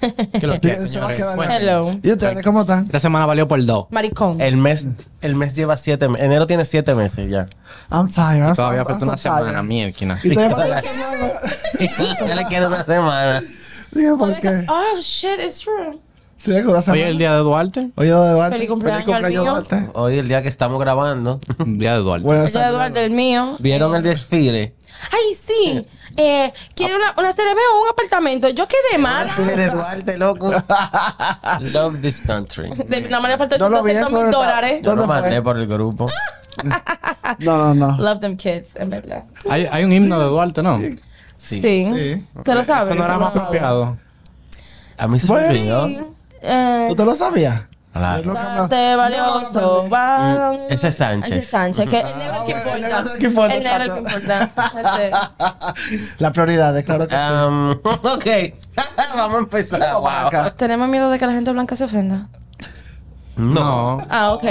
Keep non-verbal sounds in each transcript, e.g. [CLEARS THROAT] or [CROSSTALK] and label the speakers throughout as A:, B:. A: ¿Qué
B: [LAUGHS]
A: lo que,
B: Sí, se va a
A: señores?
B: quedar
A: Cuéntenme.
C: Hello.
B: ¿Y ustedes cómo están?
A: Esta semana valió por dos.
C: Maricón.
B: Eh.
D: El mes, el mes lleva siete meses. Enero tiene siete meses ya.
B: I'm tired. I'm
E: Todavía
B: so-
E: falta
B: I'm
E: una
B: so tired.
E: semana, mierda.
B: Y
D: [LAUGHS]
B: todavía falta una semana.
D: ya le queda
B: [LAUGHS]
D: una semana.
B: Dije, ¿por qué?
C: Oh, shit, it's true.
B: Sí, que una
E: Hoy es el
B: semana.
E: día de Duarte.
B: Oye, de debate.
C: Feliz cumpleaños al mío.
B: Duarte.
D: Hoy el día que estamos grabando.
E: Día de Duarte.
B: Bueno,
C: El de Eduardo, el mío.
D: ¿Vieron el desfile?
C: Ay, sí. Eh, ¿Quiere una, una CRB o un apartamento? Yo quedé mal.
D: Desfile de Duarte,
B: [LAUGHS]
D: loco. Love this country.
C: De, no me le faltan
B: No lo vi,
C: 160
B: eso no
C: mil
B: está.
C: dólares.
D: Yo lo
B: ¿Dónde fue?
D: maté por el grupo.
B: no, no, no.
C: Love them kids, en verdad.
E: Hay, hay un himno de Duarte, ¿no?
C: Sí.
B: Sí.
C: ¿Te lo sabes?
E: Panorama
B: Eso no sabía.
E: apropiado.
D: A mí se me
B: Bueno.
D: olvidó.
C: Eh,
B: ¿Tú te lo sabías?
D: Claro.
B: Es lo que más-
C: Te
B: No, Mm,
C: valioso.
B: no,
C: varón.
D: ese es Sánchez.
C: Ese es Sánchez, que el negro es el que
B: Ah, bueno, el negro
C: importa.
B: es el que importa,
C: El negro es el que importa.
B: [LAUGHS]
C: That's it.
B: La prioridad, es claro que
E: Ah,
B: sí.
D: Um, [LAUGHS] ok, vamos a empezar. Wow.
B: Acá.
C: Tenemos miedo de que la gente blanca se ofenda.
E: No.
C: Ah, ok.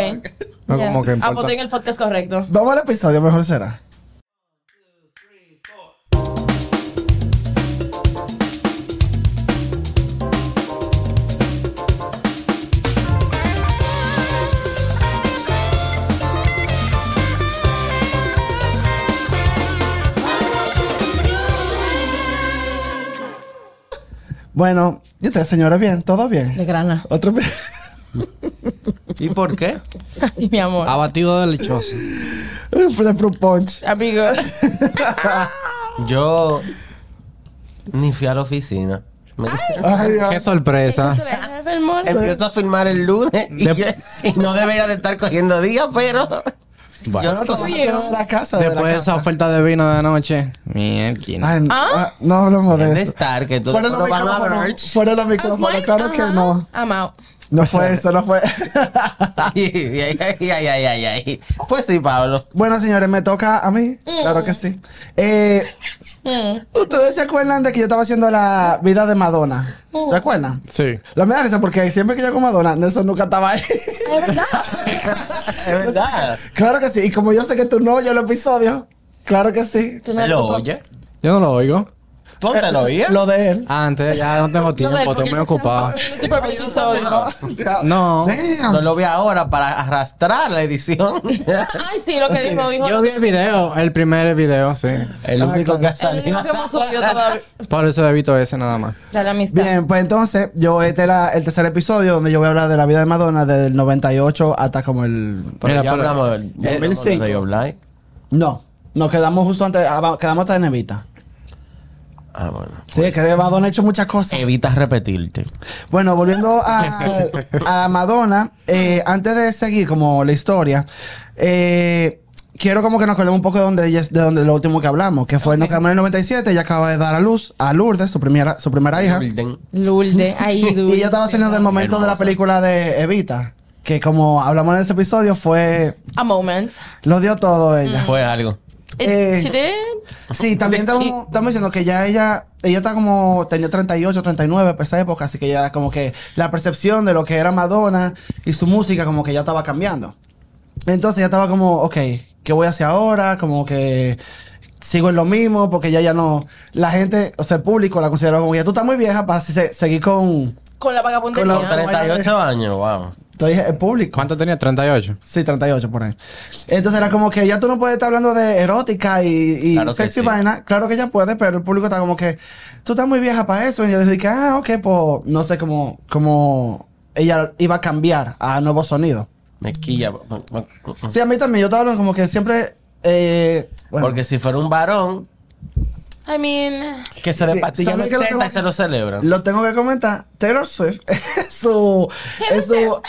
E: No, como que
C: Ah,
E: importa.
C: pues estoy en el podcast correcto.
B: Vamos al episodio, mejor será. Bueno, ¿y ustedes, señores? ¿Bien? ¿Todo bien?
C: De grana.
B: Otro [LAUGHS] epi-
D: ¿Y por qué?
C: Y [LAUGHS] mi amor.
B: Ah.
E: Abatido de lechosa.
B: Un fruit punch.
C: Amigo.
D: Yo ni fui a la oficina. Me-
B: Ay, Dios.
E: Qué sorpresa.
D: Empiezo a filmar el lunes y,
E: De-
D: y no debería de estar cogiendo días, pero
E: Bueno.
D: yo no
B: Nosotros
D: cogí.
B: tenemos de la casa, de la
E: Después de esa
B: casa.
E: oferta de vino de noche. Mierda.
B: Ay, no,
C: ¿Ah?
B: ah, no hablamos
D: de
B: de eso.
D: estar que tú
B: Fuera
D: no
B: los
D: van a hablar.
B: micrófonos, fuera los micrófonos, claro que no.
C: I'm out.
B: No fue eso, no fue.
D: [LAUGHS] Ay, ay, ay, ay, ay, ay, ay. Pues sí, Pablo.
B: bueno, señores, me toca a mí. Claro que sí. Eh,
C: Mm.
B: Ustedes se acuerdan de que yo estaba haciendo la vida de Madonna. ¿Se acuerdan?
E: Sí.
B: La me da risa porque siempre que yo con Madonna, Nelson nunca estaba ahí. [LAUGHS]
C: Es verdad.
D: [LAUGHS] Es verdad.
B: claro que sí. Y como yo sé que tú no oyes el episodio, claro que sí.
C: Tú
D: ¿Me
C: eres
D: lo
C: tu
D: oye?
E: Yo no lo oigo.
D: ¿Tú no te lo oías?
B: Eh, Lo de él.
E: Ah, Antes ya no tengo
C: No,
E: tiempo,
C: porque
E: estoy muy
C: yo sé que
E: ocupado.
C: no- es súper episodio.
E: No.
D: Ah,
B: [LAUGHS]
D: No lo vi ahora para arrastrar la edición. [LAUGHS]
C: Ay, sí, lo que dijo, dijo.
E: Yo vi el video, el primer video, sí.
D: El único que ha
C: El único
D: salido.
C: que hemos subido
D: [LAUGHS]
C: todavía.
E: Por eso evito ese nada más.
C: Ya la amistad.
B: Bien, pues entonces, yo este es la- el tercer episodio donde yo voy a hablar de la vida de Madonna desde el 98 hasta como el...
D: Pero
E: Mira,
D: ya
E: pero-
D: hablamos, ya
E: pues, el
D: hablamos de
E: cinco.
D: Ray of Light.
B: No, nos quedamos justo antes, ah, quedamos hasta en Evita.
D: Ah, bueno.
B: Sí,
E: Pues.
B: es que de Madonna ha hecho muchas
E: Eh.
B: cosas.
D: Evitas repetirte.
B: Bueno, volviendo
E: [LAUGHS]
B: a, a Madonna, eh, antes de seguir como la historia, eh, quiero como que nos acordemos un poco de donde ella- de donde lo último que hablamos, que fue en el 97, ella acaba de dar a luz a Lourdes, su primera, su primera hija.
D: Golden.
C: Lulde, ahí,
B: [LAUGHS] Y
C: Dulce.
B: ella estaba haciendo del momento de la
D: Hermosa.
B: película de Evita, que como hablamos en ese episodio, fue.
C: A moment.
B: Lo dio todo ella.
D: Fue algo.
C: It-
B: Eh,
C: she did.
B: Sí, también
D: ¿De
B: estamos, estamos diciendo que ya ella, ella está como, tenía 38, 39 para esa época, así que ya como que la percepción de lo que era Madonna y su música como que ya estaba cambiando. Entonces ya estaba como, ok, ¿qué voy a hacer ahora? Como que sigo en lo mismo, porque ya ya no, la gente, o sea, el público la consideró como, ya tú estás muy vieja para así se- seguir con,
C: Con la vagabundería.
B: Con la
D: Con 38 años, wow.
B: entonces el público.
E: ¿Cuánto tenía? 38.
B: Sí, 38 por ahí. Entonces era como que ya tú no puedes estar hablando de erótica y, y
D: Claro que
B: sexy
D: sí.
B: vaina. Claro que ella puede, pero el público está como que tú estás muy vieja para eso. Y yo dije, ah, ok, pues no sé cómo, cómo ella iba a cambiar a nuevo sonido.
D: Me quilla. Ah.
B: Sí, a mí también. Yo estaba hablando como que siempre. Eh, bueno,
D: Porque si fuera un varón,
C: I mean.
D: que se le
B: Sí,
D: pastillan
B: ¿sabe qué es lo
D: 80 y
B: que-
D: se lo celebran.
B: lo tengo que comentar. Taylor Swift, [LAUGHS] en su. En su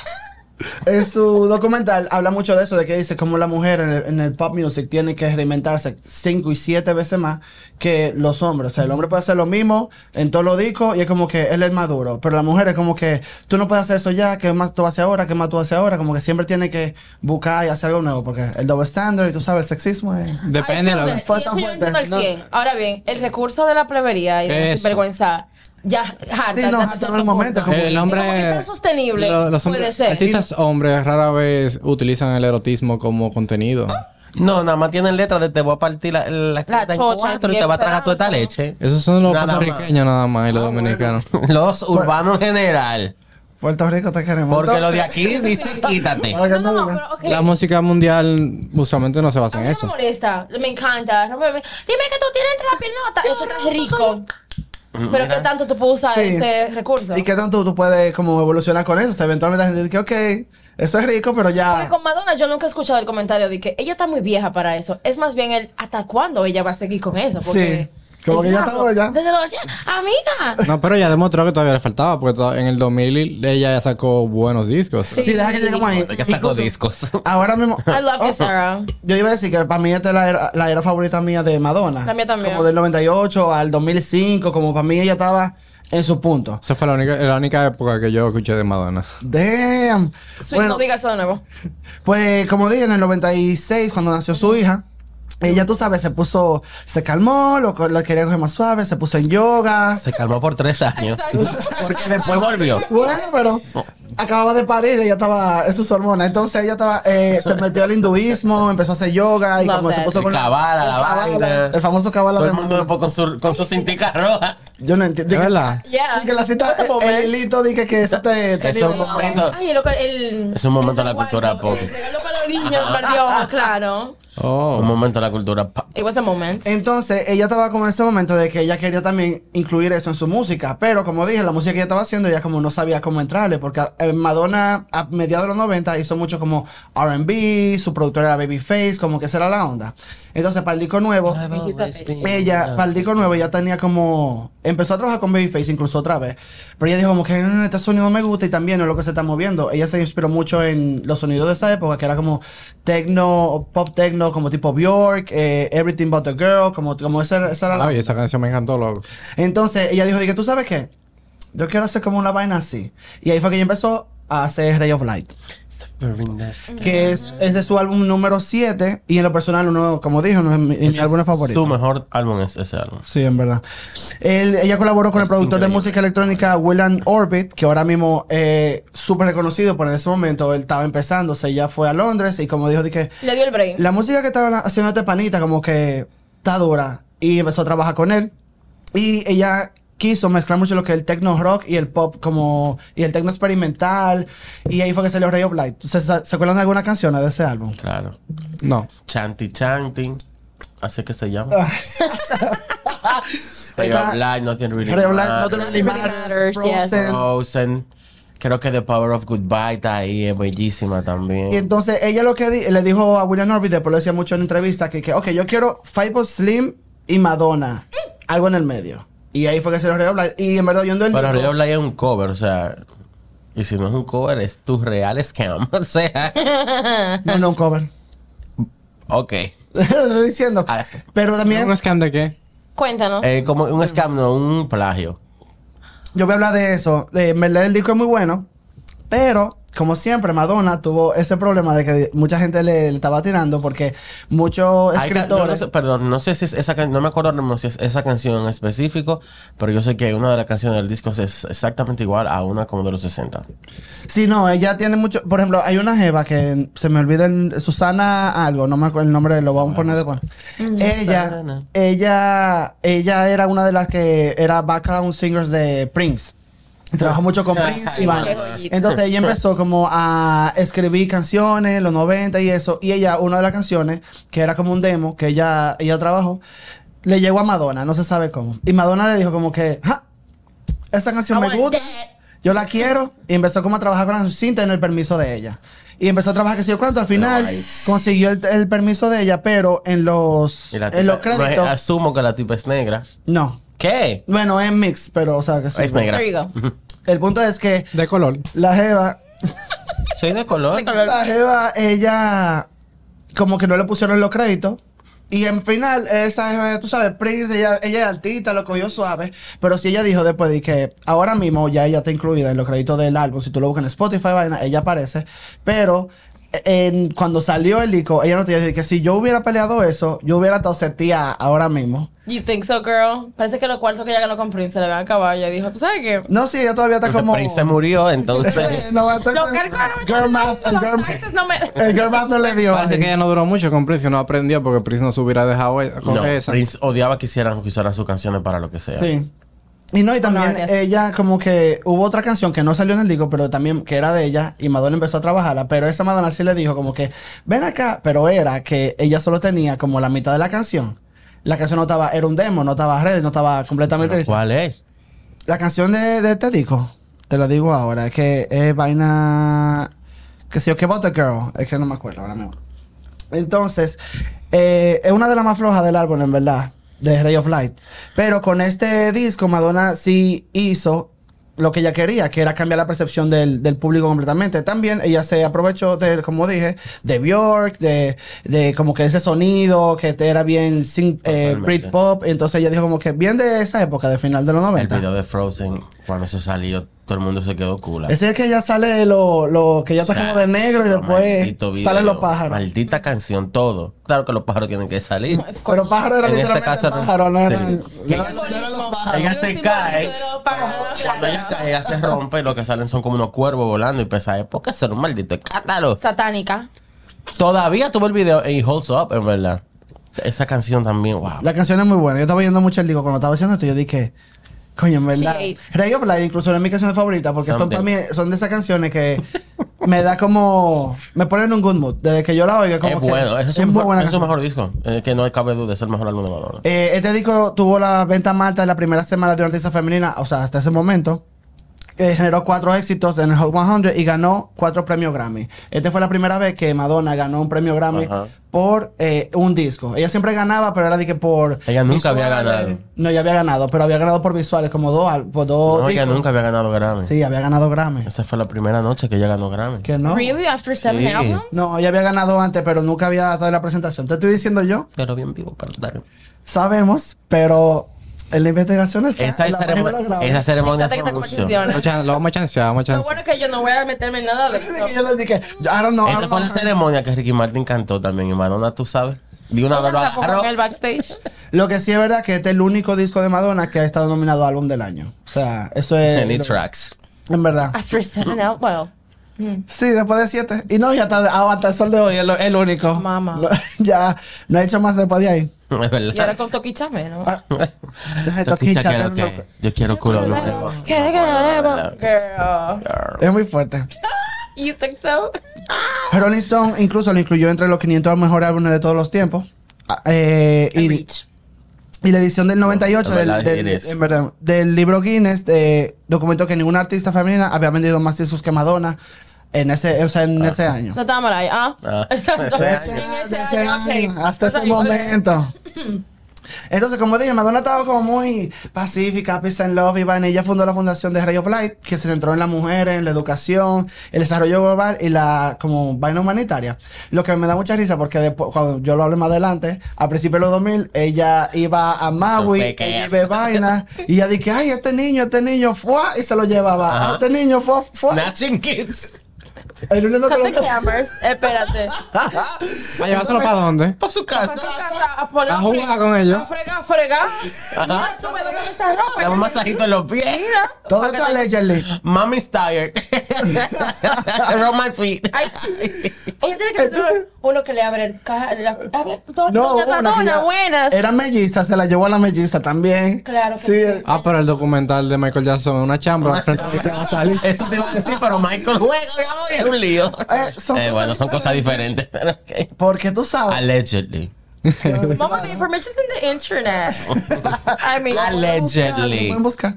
B: en su documental habla mucho de eso, de que dice cómo la mujer en el, en el pop music tiene que reinventarse cinco y siete veces más que los hombres. O sea, el hombre puede hacer lo mismo en todos los discos y es como que él es maduro. Pero la mujer es como que tú no puedes hacer eso ya, ¿qué más tú haces ahora? ¿Qué más tú haces ahora? Como que siempre tiene que buscar y hacer algo nuevo, porque el double standard y tú sabes, el sexismo es...
E: Depende de lo que...
B: Fue
C: Fue
B: tan
C: tan
B: fuerte. No.
C: Ahora bien, el recurso de la plebería y de la
E: Eso.
C: sinvergüenza. Ya, harta.
B: Sí, no, harta
C: hasta
B: en
C: cierto
B: el momento,
C: punto.
B: como-
E: El hombre...
C: Es como que tan sostenible,
E: Lo- los
C: puede
E: hombres-
C: ser.
E: Artistas hombres rara vez utilizan el erotismo como contenido.
D: No, nada más tienen letras de te voy a partir la, la, creta en
C: chocha,
D: cuatro y
C: qué
D: te va a tragar toda esta
C: pedazo.
D: leche.
E: Esos son los
D: Nada más.
E: puertorriqueños nada más y
C: Ah,
E: los dominicanos.
D: [LAUGHS] Los urbanos en general.
B: Puerto Rico te queremos.
D: Porque lo de
B: Entonces,
D: aquí dice
B: [LAUGHS]
D: quítate.
B: para que
C: No, no, no,
B: digan.
C: pero ok.
E: La música mundial usualmente no se
C: A
E: basa
C: mí
E: en
C: no
E: eso.
C: me molesta, me encanta. no me- me- Dime que tú tienes entre las piernotas, eso está rico. Pero qué tanto tú puedes usar
B: Sí.
C: ese recurso.
B: ¿Y qué tanto tú puedes como evolucionar con eso? O sea, eventualmente la gente dice, que, ok, eso es rico, pero
C: Porque
B: ya...
C: con Madonna yo nunca he escuchado el comentario de que ella está muy vieja para eso. Es más bien el hasta cuándo ella va a seguir con eso. Porque
B: Sí. Como
C: el
B: que ya
C: diablo,
B: estamos ya.
C: Desde los ocho- amiga.
E: No, pero ella demostró que todavía le faltaba, porque to- en el 2000 ella ya sacó buenos discos.
C: Sí.
B: Sí, deja que lleguemos ahí.
D: Que sacó
B: Incluso,
D: discos.
B: Ahora mismo... [LAUGHS]
C: I love
B: Oh,
C: you, Sarah.
B: Yo iba a decir que para mí esta es la era, la era favorita mía de Madonna.
C: La mía también.
B: Como del 98 al 2005, como para mí ella estaba en su punto.
E: Esa fue la única, la única época que yo escuché de Madonna.
B: Damn.
C: Sweet,
B: Bueno,
C: no digas eso de nuevo.
B: Pues como dije, en el 96, cuando nació su hija, ella, tú sabes, se puso, se calmó, lo, lo quería coger más suave, se puso en yoga.
D: Se calmó por tres años. Porque después volvió.
B: Bueno, pero acababa de parir, ella estaba, eso es su hormona. Entonces ella estaba, eh, se metió al hinduismo, empezó a hacer yoga y
C: Love
B: como se
C: that.
B: puso con
D: Kabbalah, la
B: Kabbalah,
D: vaina.
B: El famoso cabala
D: Todo
B: de
D: el mundo después con su, con su cintica roja.
B: Yo no entiendo.
E: ¿Es verdad?
C: Yeah.
B: Sí, que la cita, eh,
C: Just a
B: el,
C: moment.
B: hilito dije que eso te, te
D: Eso
B: libera.
D: no- momento.
C: Ay, loco, el-
D: Es un momento
C: el
D: de la cultura
C: recuerdo,
D: pop.
C: El regalo para los niños, perdió, claro.
E: Oh.
D: Un momento la cultura. pa-
C: It was
B: [LAUGHS]
C: a moment.
B: Entonces, ella estaba como en ese momento de que ella quería también incluir eso en su música. Pero como dije, la música que ella estaba haciendo, ella como no sabía cómo entrarle. Porque eh, Madonna, a mediados de los 90, hizo mucho como RB, su productora era Babyface, como que esa era la onda. Entonces, para el disco nuevo, ella, para el disco nuevo, ya tenía como. Empezó a trabajar con Babyface incluso otra vez. Pero ella dijo como que "Mm, este sonido no me gusta y también no es lo que se está moviendo. Ella se inspiró mucho en los sonidos de esa época, que era como techno, pop techno, como tipo Bjork, eh, Everything But the Girl, como, como esa, esa era la.
E: Ay, Ah, esa canción me encantó, loco.
B: Entonces ella dijo, dije, ¿tú sabes qué? Yo quiero hacer como una vaina así. Y ahí fue que ella empezó a hacer Ray of Light que es, ese es su álbum número 7 y en lo personal uno, como dije, uno de mi- mis
D: Ese
B: álbumes
D: es Su
B: favoritos.
D: mejor álbum es ese álbum.
B: Sí, en verdad. Él- ella colaboró con el
D: Es
B: productor de
D: increíble.
B: música electrónica Willan Orbit, que ahora mismo es súper reconocido, pero en ese momento él estaba empezando, o sea, ya fue a Londres y como dijo, dije,
C: Le dio el break.
B: la música que estaba haciendo este panita como que está dura y empezó a trabajar con él y ella quiso mezclar mucho lo que es el techno rock y el pop como y el techno experimental y ahí fue que salió Ray of Light. ¿Se, se- se acuerdan de alguna canción de ese álbum?
D: Claro.
E: No.
D: Chanty Chanty. Así que se llama. Ray
B: Ah, Está-
D: of Light, Nothing Really
B: Ray of Light, Nothing
D: Matters,
B: Really
C: Matters,
B: Matters,
C: yes.
B: Frozen.
D: Frozen. Creo que The Power of Goodbye está ahí, es bellísima también.
B: Y entonces ella lo que di- le dijo a William Orbit, después lo decía mucho en entrevistas, que, que ok, yo quiero Five Slim y Madonna. Algo en el medio. Y ahí fue que se lo reobla. Y en verdad, yo ando el
D: Pero
B: disco-
D: Ray of Light es un cover, o sea. Y si no es un cover, es tu real scam. [LAUGHS] O sea,
B: No, no, un cover. [LAUGHS]
D: ok.
B: lo estoy diciendo.
D: Ah.
B: Pero también,
E: ¿Un scam de qué?
C: Cuéntanos.
B: Eh,
D: Es Eh, como un scam, no un plagio.
B: yo voy a hablar de eso. De, en verdad, el disco es muy bueno. Pero, como siempre, Madonna tuvo ese problema de que mucha gente le, le estaba tirando porque muchos
D: Hay ca- yo no
B: escritores.
D: sé- perdón, no sé si es esa can- no me acuerdo ahora mismo si es esa canción en específico, pero yo sé que una de las canciones del disco es exactamente igual a una como de los 60.
B: Sí, no, ella tiene mucho. Por ejemplo, hay una jeva que se me olvida el- Susana algo, no me acuerdo el nombre, lo vamos a poner después. Ella,
D: Susana.
B: ella, ella era una de las que era background singers de Prince. Y Trabajó mucho con Prince y Van. Entonces ella empezó como a escribir canciones, los 90 y eso. Y ella, una de las canciones, que era como un demo, que ella, ella trabajó, le llegó a Madonna, no se sabe cómo. Y Madonna le dijo como que, "Ja, esa canción
C: I
B: me
C: want
B: gusta,
C: that.
B: yo la quiero. Y empezó como a trabajar con la cinta en el permiso de ella. Y empezó a trabajar que sé yo cuánto. Al final
D: Right.
B: consiguió el, el permiso de ella, pero en los,
D: Y la
B: en los
D: tipa- no es-
B: créditos.
D: asumo que la tipa es negra.
B: No.
D: ¿Qué?
B: Bueno, es mix, pero o sea que sí.
D: Es negra.
C: There you go.
B: El punto es que
E: De color.
B: la Jeva,
D: Soy de color.
B: la Jeva, ella como que no le pusieron los créditos. Y en final, esa jeva, tú sabes, Prince, ella, ella es artista, lo cogió suave. Pero si ella dijo después de que ahora mismo ya ella está incluida en los créditos del álbum. Si tú lo buscas en Spotify, vaina, ella aparece. Pero en- cuando salió el disco, ella no te dice que si yo hubiera peleado eso, yo hubiera estado setía ahora mismo.
C: [LAUGHS] You think so, girl? Parece que los cuartos que ella ganó con Prince se le van a acabar. Ella dijo, ¿tú sabes qué?
B: No, sí, ella todavía está como.
D: Prince se murió,
B: [LAUGHS]
D: entonces.
B: No, está-
C: Los cálculos no
B: Girl
C: me
B: math, el girl-
C: los taxes no me...
B: el
C: [LAUGHS]
B: girl math no le dio.
E: Parece
B: ahí.
E: que ella no duró mucho con Prince, que no aprendió porque Prince no se hubiera dejado e- coger
D: no,
E: esa.
D: Prince odiaba que hicieran, que usaran sus canciones para lo que sea.
B: Sí. Y no, y también
C: Honores.
B: ella como que hubo otra canción que no salió en el disco, pero también que era de ella y Madonna empezó a trabajarla, pero esa Madonna sí le dijo como que, ven acá, pero era que ella solo tenía como la mitad de la canción. La canción no estaba, era un demo, no estaba ready, no estaba completamente
D: Pero,
B: lista.
D: ¿Cuál es?
B: La canción de, de este disco, te lo digo ahora, es que es vaina. Que si yo, que Butter Girl, es que no me acuerdo ahora mismo. Entonces, eh, es una de las más flojas del álbum, en verdad, de Ray of Light. Pero con este disco, Madonna sí hizo lo que ella quería, que era cambiar la percepción del, del público completamente. También ella se aprovechó de, como dije, de Bjork, de, de como que ese sonido que te era bien sin, eh,
D: Totalmente.
B: Britpop. Entonces ella dijo como que bien de esa época, de final de los
D: El
B: 90.
D: video de Frozen, cuando eso salió, todo el mundo se quedó cula.
B: Ese es que ya sale lo, lo que ya está como de negro y después
D: Maldito video,
B: salen los pájaros.
D: Maldita canción, todo. Claro que los pájaros tienen que salir.
B: Pero pájaro era
D: En esta
B: literalmente
D: casa no-
B: pájaro, no era,
D: Sí.
B: no era- no era los pájaros.
D: Ella se cae. Cuando ella,
C: Para-
D: cae, ella se rompe y lo que salen son como unos cuervos volando y pesa porque son un maldito escándalo.
C: Satánica.
D: Todavía tuvo el video y holds up, en verdad. Esa canción también, wow.
B: La canción es muy buena. Yo estaba oyendo mucho el disco cuando estaba haciendo esto. Yo dije, coño, en verdad.
C: She hates.
B: Ray of Light incluso es mi canción favorita porque son,
D: Someday.
B: para mí, son de esas canciones que me da como. Me ponen en un good mood. Desde que yo la oigo, como
D: es
B: que.
D: bueno, ese es, su
B: muy
D: mejor-
B: buena
D: es su
B: canción.
D: mejor disco. Es que no cabe duda, es el mejor álbum de Madonna.
B: Eh, este disco tuvo la venta más alta en la primera semana de una artista femenina, o sea, hasta ese momento. Eh, generó cuatro éxitos en el Hot 100 y ganó cuatro premios Grammy. Esta fue la primera vez que Madonna ganó un premio Grammy
D: Ajá.
B: por eh, un disco. Ella siempre ganaba, pero era de que por.
D: Ella nunca había ganado.
B: No, ya había ganado, pero había ganado por visuales, como dos, al- por dos.
D: No, ella
B: discos.
D: nunca había ganado Grammy.
B: Sí, había ganado Grammy.
D: Esa fue la primera noche que ella ganó Grammy.
B: Que no.
C: Really? After seven
D: Sí.
C: albums?
B: No, ella había ganado antes, pero nunca había dado en la presentación. Te estoy diciendo yo,
D: Pero bien vivo para dar.
B: sabemos, pero en la investigación está.
D: Esa,
B: en la película
D: ceremonia,
B: Grammy.
D: esa ceremonia
C: Esta
D: fue
C: técnica
D: un
C: con
D: luxo.
C: confusión.
E: Lo chan- lo vamos a chancear, vamos a
C: Lo
E: chancear.
C: bueno es que yo no voy a meterme en nada de
B: Así que
C: eso.
B: yo les dije, I don't know. I
D: Esa
B: don't
D: fue la
B: know.
D: ceremonia que Ricky Martin cantó también. Y Madonna, tú sabes. Digo una vez lo
C: Ella se la
D: agarró.
C: en el backstage.
B: Lo que sí es verdad que este es el único disco de Madonna que ha estado nominado a álbum del año. O sea, eso es.
D: Any tracks. [LAUGHS]
B: En verdad.
C: After seven albums. Well,
B: Sí, después de siete. Y no, ya está ah, hasta el sol de hoy, el, el único.
C: Mamá.
B: No, [LAUGHS] ya no he hecho más después de ahí.
D: Es
C: y ahora
D: verdad.
C: con Toki Chame, ¿no?
B: Ah, deja de
D: Yo quisiera
B: toquicha,
D: que-
B: no-
D: que- Yo quiero culo. no tengo.
C: ¿Qué de qué
D: Ah.
C: hablamos? Girl.
B: Es muy fuerte.
C: You think so?
B: Rolling Stone incluso lo incluyó entre los 500 mejores álbumes de todos los tiempos. Ah, eh,
C: I
B: y,
C: reach.
B: Y la edición del 98
D: En
B: del,
D: verdad,
B: del-
D: Guinness.
B: en verdad, del libro Guinness eh, documentó que ninguna artista femenina había vendido más discos que Madonna en ese, o sea, en ese año.
C: No estábamos ahí, ¿ah?
D: Ah,
C: [LAUGHS] Exacto.
D: ese
B: Ese
C: En
B: año,
C: ese
B: ese
C: año,
B: año,
C: ok.
B: hasta ese
C: Entonces,
B: momento. [CLEARS THROAT] Entonces, como dije, Madonna estaba como muy pacífica, peace and love, y vaina. Ella fundó la fundación de Ray of Light, que se centró en las mujeres, en la educación, el desarrollo global y la como vaina humanitaria. Lo que me da mucha risa porque después, cuando yo lo hablé más adelante, al principio de los 2000, ella iba a Maui,
D: fake
B: ella
D: ass.
B: iba a vaina, y ella dije, ay, este niño, este niño, fue, y se lo llevaba.
D: Ajá.
B: "A Este niño, fue, fue.
D: Snatching Kids.
B: El único que
C: Cut the
B: lo-
C: cameras. Espérate.
E: ¿Va a llevárselo para dónde?
D: Para su
C: A tu
D: casa.
C: casa, a poner
E: A jugar
C: fregar,
E: con ellos.
C: A fregar, a fregar. Mira, tú me doblas esta ropa.
D: Le damos masajito en los pies.
C: Mira.
B: Todo esto es Lee.
D: Mommy's tired. Rub my feet.
C: Ay, ella tiene que ser uno que le abre el caja. La, abre, todo,
B: No,
C: doña
B: una que
C: Madonna,
B: ya-
C: buenas.
B: Era melliza, se la llevó a la melliza también.
C: Claro que
B: Sí,
C: sí.
E: Ah, pero el documental de Michael Jackson, una chamba. frente a-
D: Eso te iba a decir, pero Michael juega, mi amor, y es un lío.
B: Eh, son
D: Eh, bueno, son cosas diferentes. pero ok.
B: Porque tú sabes.
D: Allegedly.
C: Mama, the information's in the
B: [LAUGHS]
C: internet. I mean,
D: Allegedly.
B: Pueden buscar.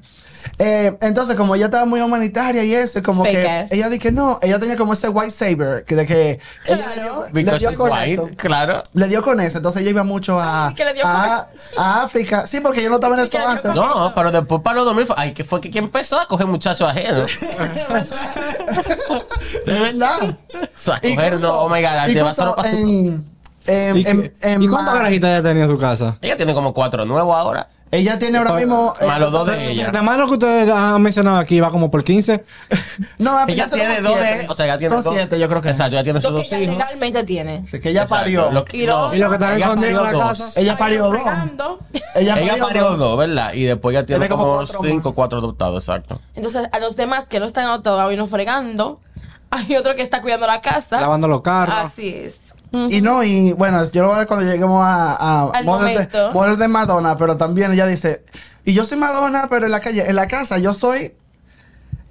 B: Eh, entonces, como ella estaba muy humanitaria y eso, como
C: Fake
B: que
C: ass.
B: ella dije no, ella tenía como ese white saber que de que ella le dio- le dio,
D: Because she's
B: con
D: white.
B: eso.
D: Claro.
B: Le dio con eso, entonces ella iba mucho a,
C: Ay, que le dio
B: a, a África. Sí, porque yo no estaba en eso
C: que le dio
B: antes.
C: con-
D: No, pero después para los 2000 fue, ay, que fue que quien empezó a coger muchachos ajenos.
B: De [LAUGHS] verdad.
D: O sea, coger,
B: Incluso-
D: no, oh my god, te va solo
B: incluso
D: para su...
B: en, en,
E: ¿Y,
B: en- en
E: ¿y cuántas
B: Mar-
E: garajitas ella tenía en su casa?
D: Ella tiene como cuatro nuevos ahora.
B: Ella tiene ahora
E: Pa-
B: mismo. eh,
D: Más los dos de
B: total-
D: ella.
E: Nada más lo que ustedes han mencionado aquí va como por 15.
B: No, pero
D: Ella
B: ya son como
D: tiene dos de.
B: siete.
D: O sea, ella tiene
B: Son
D: dos.
B: siete, yo creo que.
D: Exacto, ella tiene sus
C: Lo que
D: dos
C: ella
D: hijos.
C: legalmente tiene.
B: Así que ella
D: Exacto,
B: parió.
D: lo-
C: Y lo-
D: no,
C: y lo que
E: están
D: ella
E: escondidos en la
D: parió dos.
E: casa.
B: Ella parió dos.
C: Fregando.
B: Ella
D: Ella
B: parió
D: parió
B: dos.
D: dos, ¿verdad? Y después ya tiene
B: Tiene como
D: como
B: cuatro más.
D: cinco, cuatro adoptados, exacto.
C: Entonces, a los demás que no están adoptados y no fregando, hay otro que está cuidando la casa.
E: Lavando los carros.
C: Así es.
B: Y no, y bueno, yo lo voy a ver cuando lleguemos a, a
C: Al
B: Model de-
C: momento.
B: Model de Madonna, pero también ella dice, y yo soy Madonna, pero en la calle, en la casa, yo soy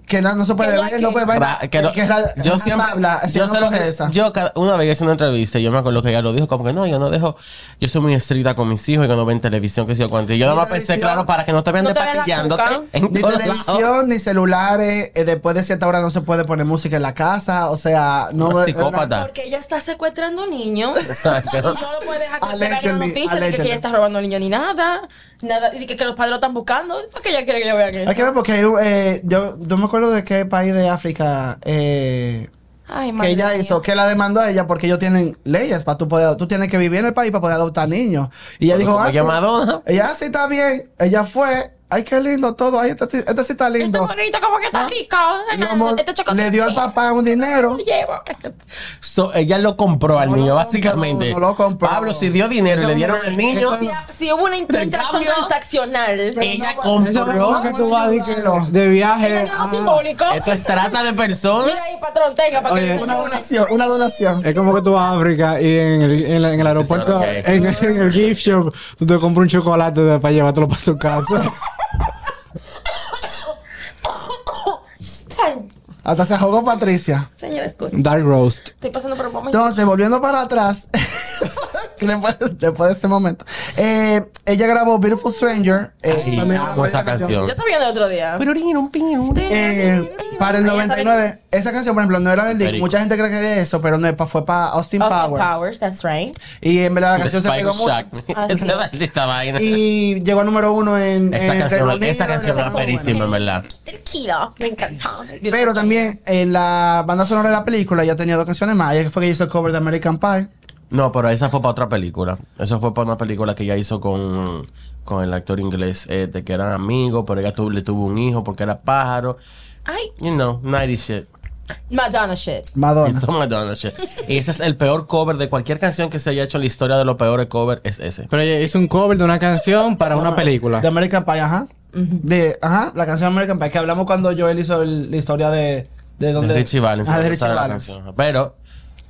B: que no, no se puede
C: Que no
B: ver,
C: hay
B: no
C: que-
B: puede ver,
D: Ra- que no-
B: que es ra-
D: yo
B: es
D: siempre
B: tabla, si
D: yo
B: no
D: sé lo
B: coge
D: que-
B: esa.
D: yo ca- una vez hice una entrevista y yo me acuerdo que ella lo dijo como que no yo no dejo yo soy muy estricta con mis hijos y que no ven televisión que sé yo cuánto y yo
B: Ni
D: nada más pensé
B: televisión.
D: claro para que no te vean
C: No te vean la
D: despatillándote
C: cuca.
D: en
B: ni
D: todos
B: televisión,
D: lados.
B: ni celulares, eh, después de cierta hora no se puede poner música en la casa, o sea, no...
D: Una psicópata.
C: Porque ella está secuestrando niños. Y
D: Exacto.
C: no lo puede dejar que
B: Aléjenle,
C: se haga una noticia de que- que
B: aléjenle.
C: ella está robando al niño ni nada. Nada. Y de que, que los padres lo están buscando. ¿Por qué ella quiere que yo vea que
B: Hay que ver porque eh, yo no me acuerdo de qué país de África eh,
C: Ay,
B: que
C: madre
B: ella
C: mía.
B: hizo, que la demandó a ella porque ellos tienen leyes para tú poder, tú tienes que vivir en el país para poder adoptar niños. Y ella dijo,
D: Como
B: ah, sí.
D: que Madonna.
B: ella "Ah, sí está bien, ella fue, ay qué lindo todo, ay, este, ti- este sí está
C: Este
B: lindo.
C: bonito como que está rico.
B: Mi amor,
C: Este chocolate.
B: le dio al papá un dinero.
C: [LAUGHS] Lo llevo.
D: So, ella lo compró al
B: No lo
D: niño
B: compró,
D: básicamente
B: no lo compró.
D: Pablo si dio dinero y
E: Eso
D: le
E: es
D: dieron
E: una-
D: al niño
E: eso
C: Si- Si hubo una in-
D: Pero en
C: transacción
D: cambio-
C: transaccional.
D: ella
B: no,
E: Eso es
D: compró
E: lo que tú vas a decir que de
C: Ella
E: viaje.
C: dio
E: ah,
C: algo simbólico.
D: esto es trata de personas
C: Mira ahí, patrón, tenga para que
E: Oye,
B: Una
C: le enseñe una-
B: donación, una donación.
E: es como que tú vas a África y en el, en la- en el aeropuerto,
D: ok.
E: en, en el gift shop, tú te compras un chocolate de- para llevártelo para tu casa.
C: Ay,
B: Hasta se ahogó Patricia.
C: señora, excusa.
E: [LAUGHS] Dark roast.
C: Estoy pasando por un momento.
B: Entonces, volviendo para atrás, [LAUGHS] después, después de ese momento, eh, ella grabó Beautiful Stranger. eh,
D: Y
B: para mí es una
D: amo esa
B: buena
D: canción
C: Yo estaba viendo el otro día.
B: Eh, para el
C: Ahí está
B: 99, esa canción, por ejemplo, no era del disco.
D: Perico.
B: Mucha gente cree que es de eso, pero no, pa- fue para Austin,
C: Austin
B: Powers.
C: Powers, that's right.
B: Y en verdad la
D: The
B: canción se
D: Spinal
B: pegó mucho.
D: Shock. [LAUGHS]
C: Así es.
D: Esta maldita vaina.
B: Y llegó a número uno en.
D: Esa
B: en Reino
D: canción,
B: Unido,
D: esa
B: en
D: canción
B: Estados
D: era
B: Unidos.
D: perísima, en verdad.
C: Tranquilo, me encantó.
B: Pero también en la banda sonora de la película ya tenía dos canciones más. Ella fue que hizo el cover de American Pie.
D: No, pero esa fue para otra película. Eso fue para una película que ella hizo con, con el actor inglés, este, que eran amigos, pero ella tu- le tuvo un hijo porque era pájaro.
C: Ay,
D: You know, 90 shit.
C: Madonna shit.
B: Madonna.
D: It's all Madonna shit. Y ese es el peor cover de cualquier canción que se haya hecho en la historia de los peores covers, es ese.
E: Pero ella hizo un cover de una canción para una película.
B: De American Pie, ajá. De, ajá, la canción American Pie, que hablamos cuando Joel hizo el- la historia de. De
D: De
B: donde.
D: Richie Valens.
B: Ah,
D: esa
B: de Richie
D: era la
B: Valens.
D: canción. Pero,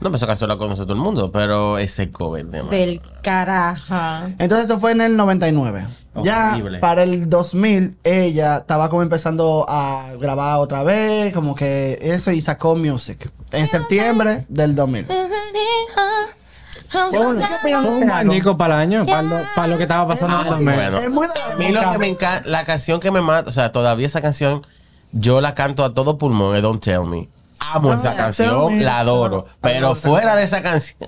D: no, esa canción la conoce todo el mundo, pero ese cover, de madre.
C: Del carajo.
B: Entonces eso fue en el 99. Ya
D: Horrible.
B: para el 2000 ella estaba como empezando a grabar otra vez, como que eso y sacó Music en septiembre del 2000.
C: Fue
B: un-
E: Fue un
B: Ese álbum.
E: manico para el año, para lo, para lo que estaba pasando en
D: Ah,
E: los meses.
D: bueno.
B: Es muy de
D: A mí lo que me encanta, la canción que me mata, o sea, todavía esa canción, yo la canto a todo pulmón, es Don't Tell Me. Amo
B: No,
D: esa
B: Ah, Don't Tell
D: canción,
B: Me,
D: la adoro.
B: no,
D: pero
B: adoro esa
D: fuera de esa canción,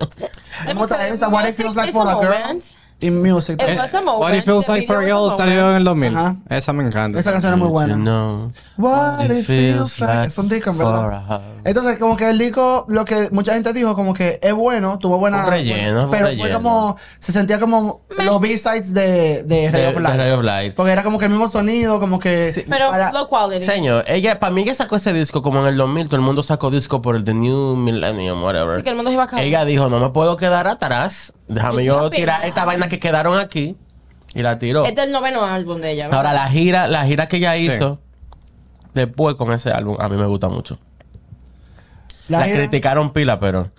B: me gusta esa What It Feels Like for a Girl y Music.
C: Eh,
B: también.
C: Ese moment,
E: What It Feels
C: the
E: Like for a
C: video was
E: Girl
C: a
E: salió en el 2000.
B: Ajá.
E: Esa me encanta.
B: Esa canción es muy
D: [LAUGHS] You
B: buena.
D: know
B: What it feels like. Es un disco, en
D: for
B: ¿verdad?
D: a-
B: Entonces, como que el disco, lo que mucha gente dijo, como que es bueno, tuvo buena.
D: Un relleno, un
B: pero fue
D: relleno.
B: como. Se sentía como los B-sides de, de Ray
D: de-
B: of
D: de
B: Light.
D: Ray of Light.
B: Porque era como que el mismo sonido, como que.
C: Pero
B: para-
C: low quality. Así
D: Señor, ella, para mí que sacó ese disco como en el 2000, todo el mundo sacó disco por el The New Millennium, whatever.
C: que el mundo se va a acabar.
D: Ella dijo, no me puedo quedar atrás, déjame
C: Es
D: yo
C: una
D: tirar
C: pena.
D: esta vaina que quedaron aquí. Y la tiró.
C: Este es el noveno álbum de ella. ¿verdad?
D: Ahora, la gira, la gira que ella hizo después con ese álbum, a mí me gusta mucho. La,
B: gira-
D: criticaron pila, pero.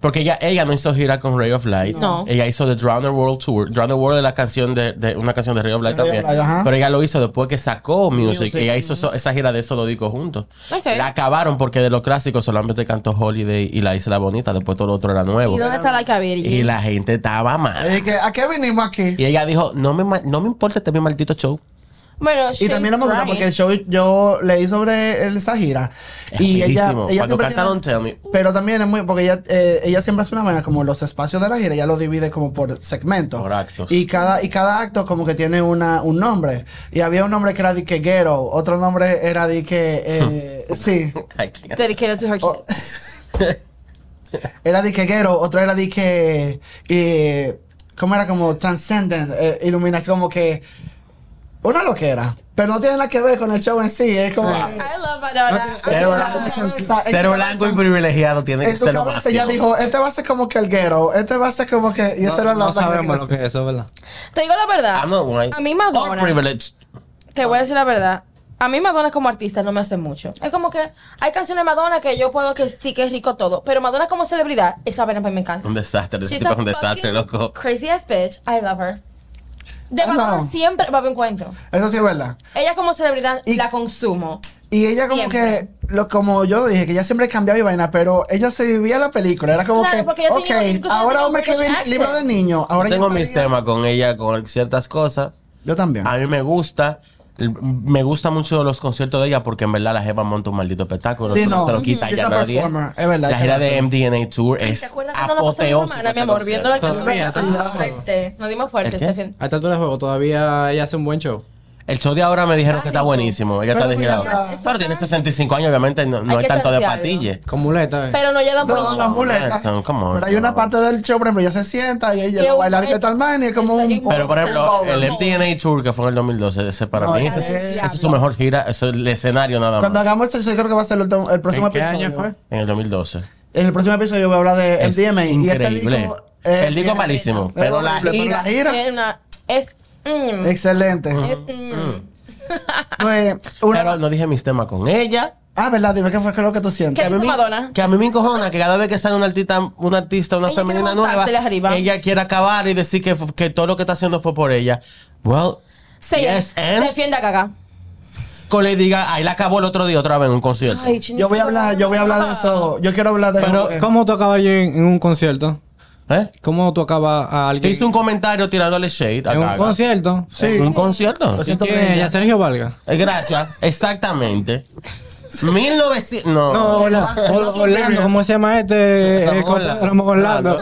D: Porque ella, ella no hizo gira con Ray of Light.
C: No.
D: Ella hizo The Drowner World Tour. Drowner World es la canción de, de- una canción de Ray of Light
B: De Ray of
D: también.
B: Light, ajá.
D: pero ella lo hizo después que sacó Music.
B: Music,
D: Ella hizo eso- esa gira de solo discos juntos.
C: Ok.
D: La acabaron porque de los clásicos solamente cantó Holiday y La Isla Bonita. Después todo lo otro era nuevo.
C: ¿Y dónde está la cabirilla?
D: Y la gente estaba mal.
B: Y que, ¿A qué venimos aquí?
D: Y ella dijo: No me, ma- no me importa este mi maldito show.
C: Bueno,
B: Y también no me gusta porque el show yo leí sobre el- esa gira.
D: Es
B: y ella,
D: rapidísimo.
B: ella
D: Cuando
B: siempre
D: canta
B: tiene-
D: Don't Tell Me.
B: Pero también es muy. Porque ella, eh, ella siempre hace una vaina como los espacios de la gira, ella los divide como por segmentos.
D: Por actos.
B: Y cada, y cada acto como que tiene una, un nombre. Y había un nombre que era de que Ghetto, otro nombre era de que.
D: [LAUGHS]
B: eh, sí.
D: I can't.
C: Dedicated to her kids.
B: O- era de que Ghetto, otro era de que. eh, ¿Cómo era? Como Transcendent, eh, Iluminación, como que. Una loquera. Pero no tiene nada que ver con el show en sí. Es como. ah,
C: I love Madonna.
D: Cero
C: I
D: blanco.
C: love her.
D: Cero blanco y privilegiado tiene que
B: En su
D: ser lo
B: cabeza ya
D: máximo.
B: dijo, este va a ser como que el guero, este va a ser como que... Y esa era
E: No,
B: la
E: no
B: otra
E: sabemos
B: generación.
E: lo que es eso, ¿verdad?
C: Te digo la verdad.
D: I'm not white.
C: A mí
D: Or
C: Madonna.
D: privileged.
C: Te voy a decir la verdad. A mí Madonna como artista no me hace mucho. Es como que hay canciones de Madonna que yo puedo que sí que es rico todo, pero Madonna como celebridad, esa vaina a mí me encanta.
D: Un desastre.
C: She's
D: ese tipo
C: a
D: es un desastre,
C: fucking
D: loco.
C: Crazy ass bitch. I love her. De
B: Ah, no.
C: Madonna siempre va a haber un cuento.
B: Eso sí es verdad.
C: Ella como celebridad
B: Y-
C: la consumo.
B: Y ella como
C: Siempre.
B: que, lo, como yo dije, que ella siempre cambiaba y vaina, pero ella se vivía la película. Era como
C: Claro, porque
B: que,
C: ella tenía-
B: ok,
C: incluso
B: ahora
C: tenía
B: me escribí
C: British
B: libro de
C: accent.
B: niño. Ahora
D: tengo
B: yo
D: mis
B: sabía-
D: temas con ella, con ciertas cosas.
B: Yo también.
D: A mí me gusta. l- Me gusta mucho los conciertos de ella porque en verdad la Jeva monta un maldito espectáculo.
B: Sí,
D: eso no,
B: no.
D: se lo
B: Ujú.
D: quita
B: She's
D: ya
B: a
D: nadie.
B: performer, es verdad,
D: la
B: es
D: gira de
B: verdad.
D: MDNA Tour
C: ¿Te
D: es
C: acuerdas que no la pasamos
D: apoteósica.
C: semana, mi
D: ese
C: amor? Viendo la
D: concierto.
E: Todavía, todavía.
C: Nos dimos fuerte,
D: ¿El qué?
C: Stephen.
E: A esta altura del juego todavía ella hace un buen show.
D: El show de ahora me dijeron que está
C: rico.
D: buenísimo. Ella está de
B: Pero
D: gira
B: cuidado.
D: ahora. Pero tiene 65 años, obviamente, no, no
C: Hay
D: hay
C: que
D: tanto de
C: chancearlo.
D: patille.
E: Con muleta. eh.
C: Pero no ya dan
B: No, no,
C: mucho.
B: la muleta.
D: Nelson, come on,
B: Pero hay una
D: come on.
B: parte del show, por ejemplo, ella se sienta y ella
C: Que
B: la
C: un-
B: bailarita de tal manera y es como
C: Eso,
B: un...
C: y-
D: Pero por ejemplo,
C: Over.
D: el MDNA Tour que fue en el 2012, ese para
B: No,
D: mí,
B: ya
D: ese, es-
B: del
D: ese es su
C: diablo.
D: mejor gira, eso es el escenario nada
B: Cuando
D: más.
B: hagamos eso, yo creo que va a ser el, ultimo- el próximo
E: ¿En qué
B: episodio.
E: año fue?
D: En el 2012.
B: En el próximo episodio voy a hablar de
D: Es
B: MDMA. y ese
D: increíble.
B: disco, eh,
D: El disco
B: tiene-
D: es malísimo,
B: es
D: pero la
B: horrible, pero la
D: gira...
B: gira,
C: Es una- Es. mm,
B: Excelente.
C: es, mm.
B: Pues, una-
D: Pero no dije mis temas con ella.
B: Ah, verdad, dime qué fue lo que tú sientes.
C: ¿Qué? hizo
D: me-
C: Madonna?
D: que a mí me encojona que cada vez que sale una artista, una artista, una
C: Ella quiere
D: femenina nueva,
C: montársela arriba.
D: ella quiere acabar y decir que, que todo lo que está haciendo fue por ella. Well,
C: Señor,
D: Yes, and-
C: defienda a Gaga.
D: que le diga, ahí la acabó el otro día otra vez en un concierto.
C: Ay, chin-
B: Yo voy a hablar, yo voy a hablar de eso. Yo quiero hablar de eso. eh.
E: Pero,
B: porque-
E: ¿cómo tú acabas allí en, en un concierto?
D: ¿Eh?
E: ¿Cómo tú acabas a
D: Que
E: alguien?
D: hizo un comentario tirándole shade. a
E: ¿En un
D: Gaga.
E: concierto?
B: Sí.
D: ¿En un concierto?
B: Lo
E: ¿Y
B: siento
E: quién
B: por
E: es
B: ella.
E: ella? Sergio Valga.
D: Eh, Gracias. Exactamente. 1900. No.
E: No, eh, Orla- Or- Orlando, ¿cómo se llama este? Eh,
D: Ramón Orlando.
E: Ramón Orlando.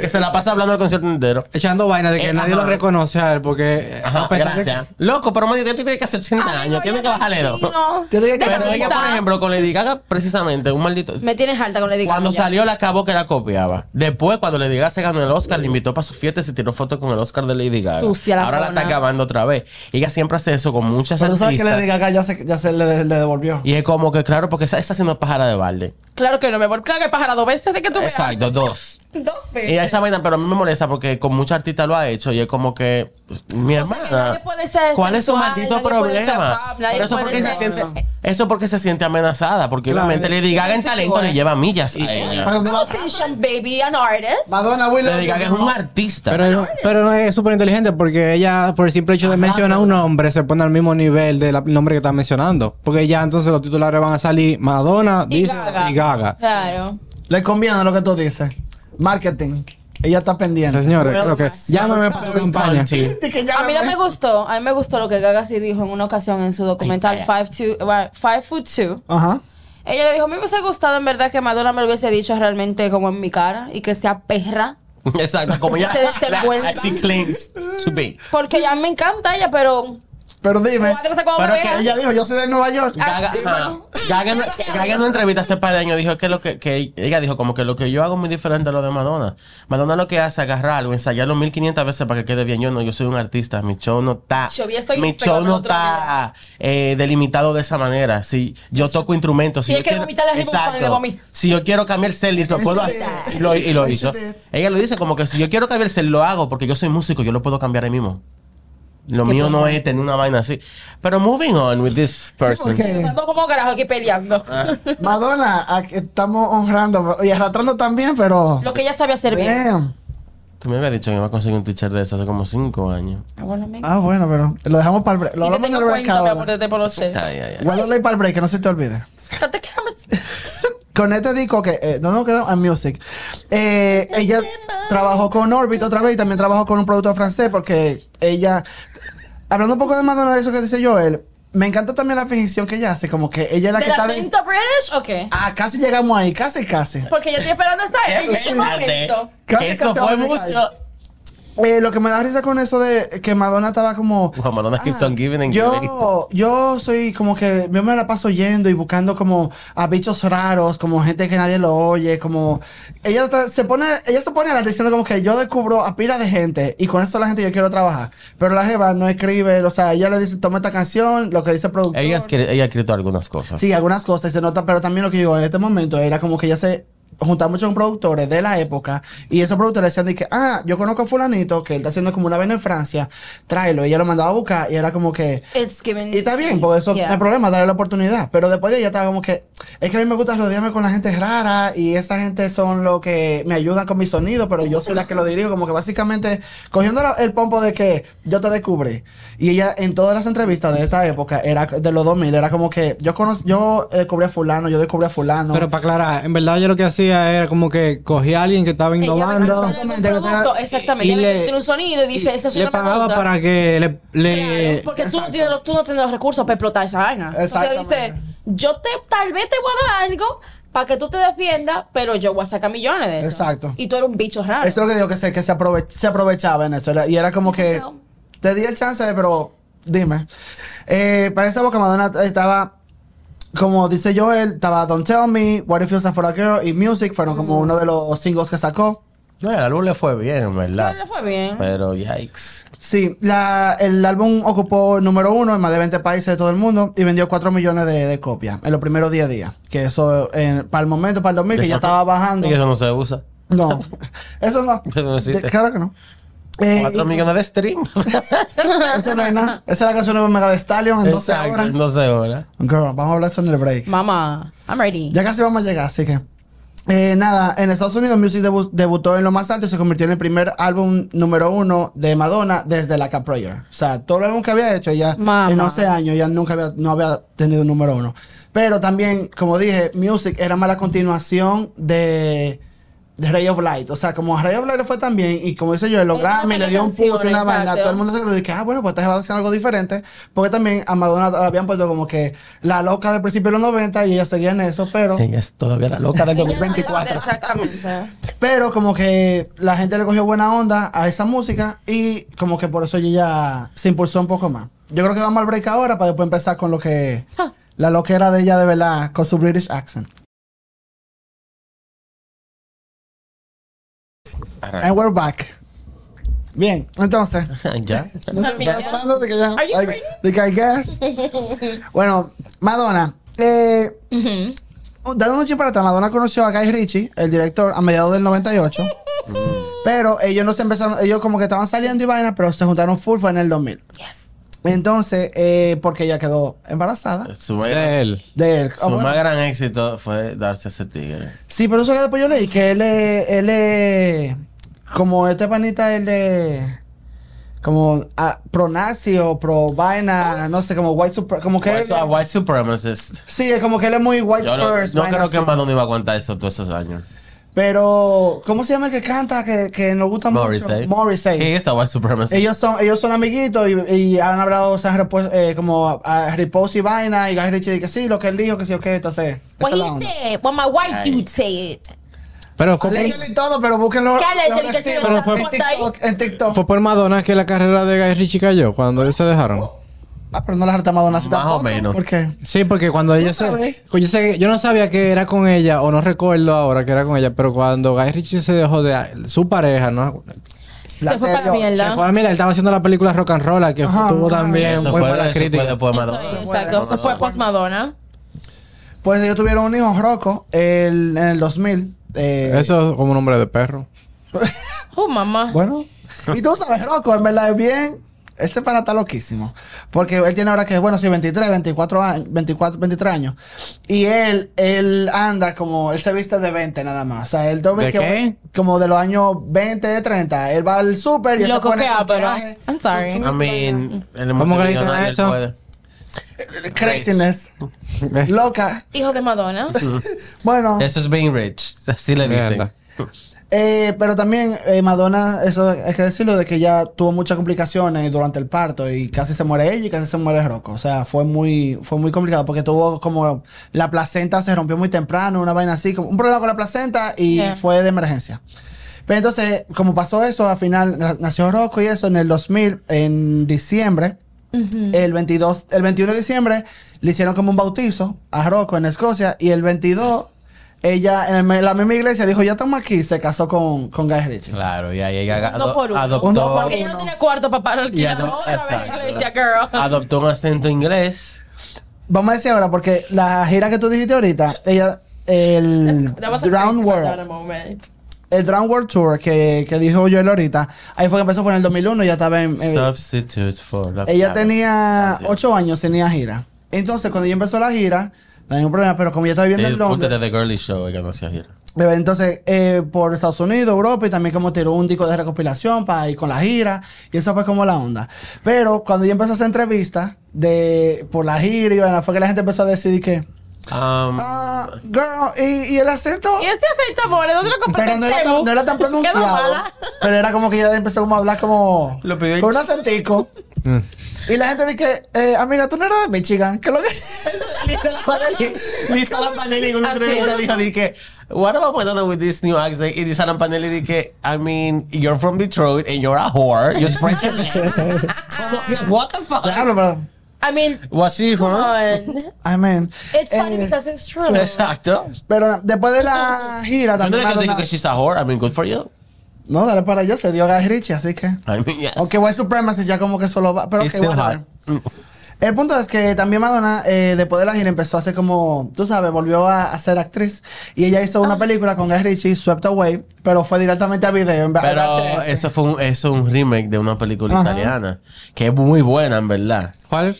D: Que se la pasa hablando el concierto entero.
E: Echando vaina de que
D: Eh,
E: nadie
D: ajá.
E: lo reconoce a él, porque
D: Ajá,
E: a pesar de
D: gracias. Loco, pero me dice, tiene que hacer 80 años, tiene que bajarle dos.
B: Tiene que
D: Pero ella, por
C: Pensaba-
D: ejemplo, con Lady Gaga, precisamente, un maldito.
C: Me tienes alta con Lady Gaga.
D: Cuando
C: ya.
D: salió la acabó que la copiaba. Después, cuando Lady Gaga se ganó el Oscar, le invitó para su fiesta y se tiró foto con el Oscar de Lady Gaga.
C: Sucia la
D: Ahora la está
C: mona.
D: acabando otra vez. Ella siempre hace eso con muchas
B: Pero tú sabes que
D: artistas.
B: le diga acá, ya se, ya se le, le devolvió.
D: Y es como que, claro, porque esa está haciendo pájara de balde.
C: Claro que no me voy. Claro que pájaro dos veces de que tú me
D: Exacto, dos.
C: Dos veces.
D: Y esa vaina, pero a mí me molesta porque con mucha artista lo ha hecho y es como que, mi
C: O sea, que
D: hermana,
C: nadie puede ser
D: ¿cuál es su
C: sensual,
D: maldito
C: nadie puede ser
D: problema?
C: pop, nadie
D: Pero eso
C: puede
D: porque se
C: ser-
D: siente, eso porque se siente amenazada, porque
E: Claro.
D: obviamente Lady Gaga en talento le lleva millas a ella.
B: Pero tú
C: I'm a
B: vas-
C: musician, baby, an artist.
B: Madonna, Will.
D: Lady Gaga es un artista.
E: Pero, pero no es súper inteligente porque ella, por el simple hecho de mencionar un nombre, se pone al mismo nivel del nombre que está mencionando. Porque ya entonces los titulares van a salir Madonna,
C: Y
E: Disney
C: Gaga.
E: y Gaga.
C: Claro.
B: Le conviene lo que tú dices. Marketing. Ella está pendiente.
E: Señores,
D: Well,
E: creo que llámame para tu campaña.
D: Conchi.
B: Di que ya
C: A mí no me
B: me-
C: gustó, a mí me gustó lo que Gaga sí dijo en una ocasión en su documental
D: Ay,
C: Five, two, bueno, Five Foot Two.
B: Ajá.
C: Ella le dijo, a mí me hubiese gustado en verdad que Madonna me lo hubiese dicho realmente como en mi cara y que sea perra.
D: [LAUGHS] Exacto, como ya
C: Se desenvuelva.
D: así claims to be.
C: Porque a mí me encanta ella, pero...
B: Pero
C: tú
B: dime.
C: vas a tener como
D: Pero
C: bebé. Ah,
D: que
B: Ella dijo, yo soy de Nueva York.
D: Gaga, ajá.
C: [LAUGHS]
D: Gaga, en- Gaga en una entrevista hace par de años dijo que lo que, que ella dijo como que lo que yo hago es muy diferente a lo de Madonna. Madonna lo que hace es agarrar algo, ensayarlo 1500 veces para que quede bien. Yo no, yo soy un artista, mi show no está.
C: Yo vi eso en
D: mi
C: Instagram
D: show no
C: el otro
D: está eh, delimitado de esa manera. Si yo toco instrumentos, si
C: Y
D: yo
C: el que le
D: quiero-
C: vomita le arriba un fan y le
D: Exacto.
C: vomita.
D: Si yo quiero cambiar el setlist, lo puedo hacer. Y lo, y lo hizo. Ella lo dice como que si yo quiero cambiar el setlist, lo hago porque yo soy músico, yo lo puedo cambiar ahí mismo. Lo mío no es tener una vaina así. Pero moving on with this person.
B: porque-
C: Estamos como carajo aquí peleando.
D: Ah.
B: Madonna, a- estamos honrando bro, y arrastrando también, pero.
C: Lo que ella sabe hacer bien.
B: Damn.
D: Tú me habías dicho que iba a conseguir un teacher de eso hace como cinco años.
C: Aguárdame.
B: Ah, bueno, pero lo dejamos para el break. Lo
C: Y te
B: hablamos en
C: tengo
B: el break
C: cuento, mi amor,
B: ahora.
C: de te poloche.
D: Ay, ay, ay.
B: Guárdale para el break, que no se te olvide.
C: Cut the cameras.
B: Con este disco que eh, no nos quedamos en Music. Eh, ella trabajó con Orbit otra vez y también trabajó con un productor francés porque ella. Hablando un poco de Madonna, de eso que dice Joel, me encanta también la ficción que ella hace, como que ella es la que
C: ¿Del
B: está. de-
C: acento British o qué?
B: Ah, casi llegamos ahí, casi, casi.
C: Porque yo estoy esperando hasta el
D: Espérate,
C: momento.
B: Casi,
D: que eso
B: casi
D: fue
B: ahora me
D: mucho.
B: Eh, lo que me da risa con eso de que Madonna estaba como.
D: Wow, Madonna [LAUGHS] keeps on giving and giving.
B: Ah. Yo, yo soy como que yo me la paso yendo y buscando como a bichos raros, como gente que nadie lo oye, como ella está- se pone, ella se pone adelante diciendo como que yo descubro a pila de gente y con eso la gente yo quiero trabajar. Pero la Jeva no escribe, o sea, ella le dice, toma esta canción, lo que dice el productor.
D: Ella, es que- ella ha escrito algunas cosas.
B: Sí, algunas cosas se nota, pero también lo que digo en este momento era como que ya se juntaba mucho con productores de la época y esos productores decían de que, ah, yo conozco a fulanito que él está haciendo como una vaina en Francia, tráelo. Y ella lo mandaba a buscar y era como que...
C: It's giving-
B: Y está bien, porque eso no
C: Yeah.
B: hay problema, darle la oportunidad. Pero después de ella estaba como que, es que a mí me gusta rodearme con la gente rara y esa gente son los que me ayudan con mi sonido, pero yo soy la que lo dirijo, como que básicamente cogiendo la- el pompo de que yo te descubrí. Y ella en todas las entrevistas de esta época, era de los 2000, era como que yo conoz- yo eh, descubrí a fulano, yo descubrí a fulano.
E: Pero para aclarar, en verdad yo lo que hacía era como que cogía a alguien que estaba
C: Ella
E: innovando.
C: pensaba en algún producto, exactamente.
E: Y
C: Ella
E: le-
C: tiene un sonido y dice, eso es
E: le
C: una
E: pagaba
C: pregunta.
E: para que le, le-
C: Claro, porque tú no, tienes, los- tú no tienes los recursos para explotar esa vaina. O sea, dice,
B: Exactamente.
C: yo te, tal vez te voy a dar algo para que tú te defiendas, pero yo voy a sacar millones de eso.
B: Exacto.
C: Y tú eres un bicho raro.
B: Eso es lo que digo, que se, que se, aprove- se aprovechaba en eso. Era- Y era como que te di el chance, pero dime. Eh, para esa boca Madonna estaba, como dice Joel, estaba Don't Tell Me, What If You Stand For A Girl y Music fueron como uno de los singles que sacó.
D: No, el álbum le fue bien, en verdad.
C: Pero le fue bien.
D: Pero yikes.
B: Sí, la- el álbum ocupó el número uno en más de 20 países de todo el mundo y vendió 4 millones de, de copias en los primeros 10 días. Que eso, eh, para el momento, para el 2000, que ya estaba bajando.
D: Y eso no se usa.
B: No, [LAUGHS] eso no.
D: Eso no existe.
B: De- claro que no. Eh,
D: Cuatro millones de stream.
B: Eso [LAUGHS] no hay nada. Esa es la canción de Mega de Stallion, entonces
D: Exacto,
B: ahora.
D: en 12 horas.
B: Girl, vamos a hablar eso en el break.
C: Mamá, I'm ready.
B: Ya casi vamos a llegar, así que. eh, nada, en Estados Unidos Music debu- debutó en lo más alto y se convirtió en el primer álbum número uno de Madonna desde la Cap Prayer. O sea, todo el álbum que había hecho ya
C: Mamá.
B: en 11 años ya nunca había, no había tenido un número uno. Pero también, como dije, Music era más la continuación de, de Ray of Light. O sea, como Ray of Light le fue tan bien y como dice yo, lo
C: Él
B: Grammy
C: no
B: le dio un
C: tenía
B: push, una
C: canciones,
B: vaina,
C: exacto.
B: todo el mundo se quedó y que, ah, bueno, pues esta va a hacer algo diferente. Porque también a Madonna la habían puesto como que la loca del principio de los 90 y ella seguía en eso, pero.
D: Ella es todavía la loca del
B: [LAUGHS]
C: Ella-
D: 2024.
C: Exactamente.
B: Pero como que la gente le cogió buena onda a esa música y como que por eso ella se impulsó un poco más. Yo creo que vamos al break ahora para después empezar con lo que
C: Ah.
B: la loquera de ella de verdad con su British accent.
D: Arranca.
B: And we're back. Bien, entonces.
D: ya.
B: Pasando de que ya-
C: Are you
B: I-
C: ready?
B: de que I
C: [LAUGHS]
B: guess. Bueno, Madonna. Eh, Dando un chin para atrás, Madonna conoció a Guy Ritchie, el director, a mediados del 98.
C: [LAUGHS]
B: pero ellos no se empezaron, ellos como que estaban saliendo y vaina, pero se juntaron full fue en el 2000.
C: Yes.
B: Entonces, eh, porque ella quedó embarazada
D: Su, ma-
E: de él.
B: de él.
D: su
B: Ah, bueno.
D: más gran éxito fue darse ese tigre.
B: Sí, pero eso que después yo leí, que él es, él es como este panita, él es como ah, pro nazi o pro vaina, no sé, como white super, como que...
D: White,
B: él-
D: su- white supremacist.
B: Sí, es como que él es muy white
D: Yo no,
B: first.
D: no
B: vaina
D: creo que
B: así.
D: Madonna iba a aguantar eso todos esos años.
B: Pero, ¿cómo se llama el que canta? Que, que nos gusta
D: Morrissey.
B: mucho. Morrissey.
D: He is a white supremacist.
B: Ellos son, ellos son amiguitos y, y han hablado, o sea, repu- eh, como a, a Repose y vaina, y Guy Ritchie dice que sí, lo que él dijo, que sí, o que entonces.
C: What
B: esa es la
C: he
B: onda.
C: said, what my white
D: Ay.
C: dude said.
E: Pero fue, por-
B: Léchale y todo, pero búsquenlo.
C: ¿Qué le
B: lo
C: dicen que
B: recibo.
C: tiene
E: Pero fue-
B: en TikTok, en TikTok.
E: fue por Madonna que la carrera de Guy Ritchie cayó cuando ellos se dejaron.
B: Ah, pero no la harta Madonna así
D: Más o
B: tampoco.
D: menos.
B: ¿Por qué?
E: Sí, porque cuando ella
B: sabes.
E: se, pues yo, sé que- yo no sabía que era con ella o no recuerdo ahora que era con ella, pero cuando Guy Ritchie se dejó de su pareja, no
C: Se
B: La
C: fue para
B: perdió.
C: la
E: Se fue
C: mierda.
E: a la mierda, él estaba haciendo la película Rock and Roll que
B: Ajá,
E: tuvo
B: ajá.
E: también
D: Eso
E: muy
D: fue-
E: mala
D: eso fue
E: crítica.
D: después de
C: Eso,
D: Madonna.
C: Exacto, se fue post Madonna.
B: Pues ellos tuvieron un hijo, Rocco, el- en el 2000. eh,
E: Eso es como un nombre de perro.
C: Oh, mamá.
B: Bueno. Y tú sabes, Rocco, en verdad es bien. Este pana está loquísimo. Porque él tiene ahora que, bueno, sí, 23, 24 años, 24, 23 años. Y él, él anda como, él se viste de 20 nada más. O sea, él todo
E: ¿De qué?
B: como de los años 20, de 30. Él va al súper y él se
C: Loco
B: pone
C: que
B: su
C: pero
B: traje,
C: I'm sorry.
D: I mean, el
E: ¿Cómo que le dicen
D: multimillonario
E: a eso?
D: puede.
E: [LAUGHS]
B: Craziness.
E: Eh,
B: Loca.
C: Hijo de Madonna.
B: Bueno.
D: Eso es being rich. Así le dicen.
E: mierda.
B: Eh, pero también eh, Madonna, eso hay que decirlo, de que ya tuvo muchas complicaciones durante el parto y casi se muere ella y casi se muere Rocco. O sea, fue muy, fue muy complicado porque tuvo como la placenta se rompió muy temprano, una vaina así, como un problema con la placenta y
C: Yeah.
B: fue de emergencia. Pero entonces, como pasó eso, al final na- nació Rocco y eso en el 2000, en diciembre. El 22, el 21 de diciembre le hicieron como un bautizo a Rocco en Escocia y el 22 ella en el- la misma iglesia dijo, ya estamos aquí, se casó con, con Guy Ritchie.
D: Claro, y ahí ella
C: Un dos por uno.
D: adoptó,
B: Un dos por
C: Porque ella no tiene cuarto para pagar el
D: y ado-
C: otra vez en
D: exacto.
C: la iglesia, girl.
D: adoptó un acento inglés.
B: Vamos a decir ahora, porque la gira que tú dijiste ahorita, ella, el
C: That was a
B: Drown
C: crazy
B: World,
C: banana moment.
B: el Drown World Tour que, que dijo yo ahorita, ahí fue que empezó, fue en el 2001, ya estaba en... en-
D: Substitute for love. Claro.
B: Ella tenía
D: Así es.
B: 8 años, tenía gira. Entonces, cuando ella empezó la gira, no hay ningún problema, pero como ella estaba viviendo
D: Sí,
B: en
D: Ponte
B: Londres,
D: de The Girly Show, ella no hacía gira.
B: eh, entonces eh, por Estados Unidos, Europa y también como tiró un disco de recopilación para ir con la gira, y eso fue como la onda. Pero cuando ella empezó a hacer entrevistas de, por la gira, y bueno, fue que la gente empezó a decidir que,
D: Um,
B: ah, girl, ¿y, y el acento?
C: Y este aceite, amores, ¿dónde lo compraste?
B: Oh. Pero no era, tan, no era tan
C: Quedó
B: pronunciado.
C: mala.
B: Pero era como que ya empezó como a hablar como...
D: Lo pidió Mm. en
B: con un
D: chi-
B: acentico. y la gente dice, eh, amiga, tú no eras de Michigan. ¿Qué es lo
C: [LAUGHS]
B: que...? Lisa Lampanelli- Lisa Lampanelli en una
C: Así
D: entrevista
C: es.
D: dijo, dije, what am I putting on with this new accent? Y Lisa Lampanelli dije, I mean, you're from Detroit and you're a whore.
C: [LAUGHS]
D: You're spreading What the fuck?
B: Claro, pero...
C: I mean,
D: Was she
C: come
D: whore?
C: on.
B: I mean...
C: It's funny
B: eh,
C: because it's true.
D: Exacto.
B: Pero después de la gira
D: Yo no
B: también...
D: le digo
B: Madonna-
D: que she's a whore. I mean, good for you.
B: No, dale para allá, se dio a Guy Ritchie, así que...
D: I mean, yes.
B: Aunque White Supremacy ya como que solo va... Pero
D: It's
B: ok,
D: still
B: whatever.
D: este hot.
B: El punto es que también Madonna, eh, después de la gira, empezó a hacer como, tú sabes, volvió a, a ser actriz. Y ella hizo
E: Ah.
B: una película con Guy Ritchie, Swept Away, pero fue directamente a video en vez a
D: Pero
B: VHS.
D: eso fue un, eso es un remake de una película
B: Ajá.
D: italiana que es muy buena, en verdad.
E: ¿Cuál?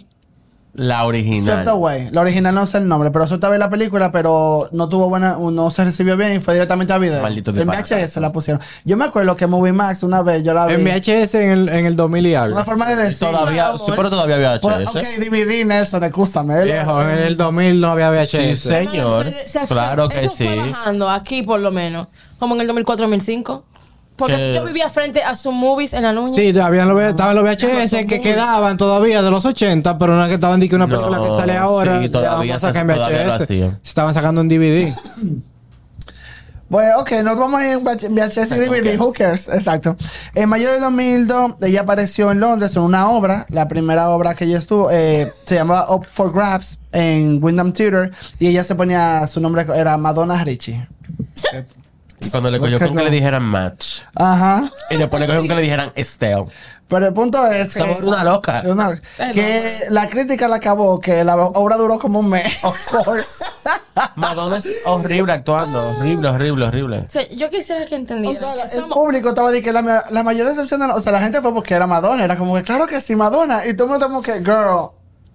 D: La original.
B: Swept Away. La original no sé el nombre, pero Swept Away la película, pero no tuvo buena, no se recibió bien y fue directamente a video.
D: Maldito
B: en
D: disparate.
B: VHS la pusieron. Yo me acuerdo que Movie Max una vez yo la vi.
E: En VHS en el, en el 2000 y algo.
B: Una forma de decir.
D: Todavía,
C: Por
D: sí,
C: favor.
D: pero todavía había
B: Pues,
D: VHS.
B: ok, DVD Nelson, excúsame. ¿eh?
E: Viejo, en el 2000 no había VHS.
D: Sí, señor.
C: Se- se- se-
D: Claro que
C: eso
D: sí.
C: Fue bajando aquí por lo menos, como en el 2004, 2005. Porque
D: Que-
C: yo vivía frente a sus movies en la Nuña.
E: Sí, todavía lo ve- estaban los
B: Ah, Ya no
E: VHS
B: son
E: que
B: movies.
E: quedaban todavía de los 80, pero no es que estaban de que una película
D: No,
E: que sale ahora.
D: sí,
E: ya
D: todavía
E: vamos a sacar en
D: se- todavía lo hacían.
E: Estaban sacando en DVD.
B: Pues, ok, nos vamos a ir en VH- VHS y DVD, who cares? Exacto. En mayo de 2002, ella apareció en Londres en una obra, la primera obra que ella estuvo, eh, se llamaba Up for Grabs en Wyndham Theatre, y ella se ponía, su nombre era Madonna Richie.
D: Y cuando le cogió
B: Porque
D: con que le
B: no.
D: dijeran match.
B: Ajá.
D: Y después le cogieron que le dijeran Estelle.
B: Pero el punto es que,
D: Somos una loca.
B: es una- que la crítica la acabó, que la obra duró como un mes.
D: Of course. Madonna es horrible actuando. Horrible, horrible, horrible.
C: O sea, yo quisiera que
B: O
C: entendieran.
B: sea,
C: que
B: la- el
C: somos-
B: público estaba de que la, la mayor decepción de la, o sea, la gente fue porque era Madonna, era como que claro que sí Madonna y todo el mundo como que girl,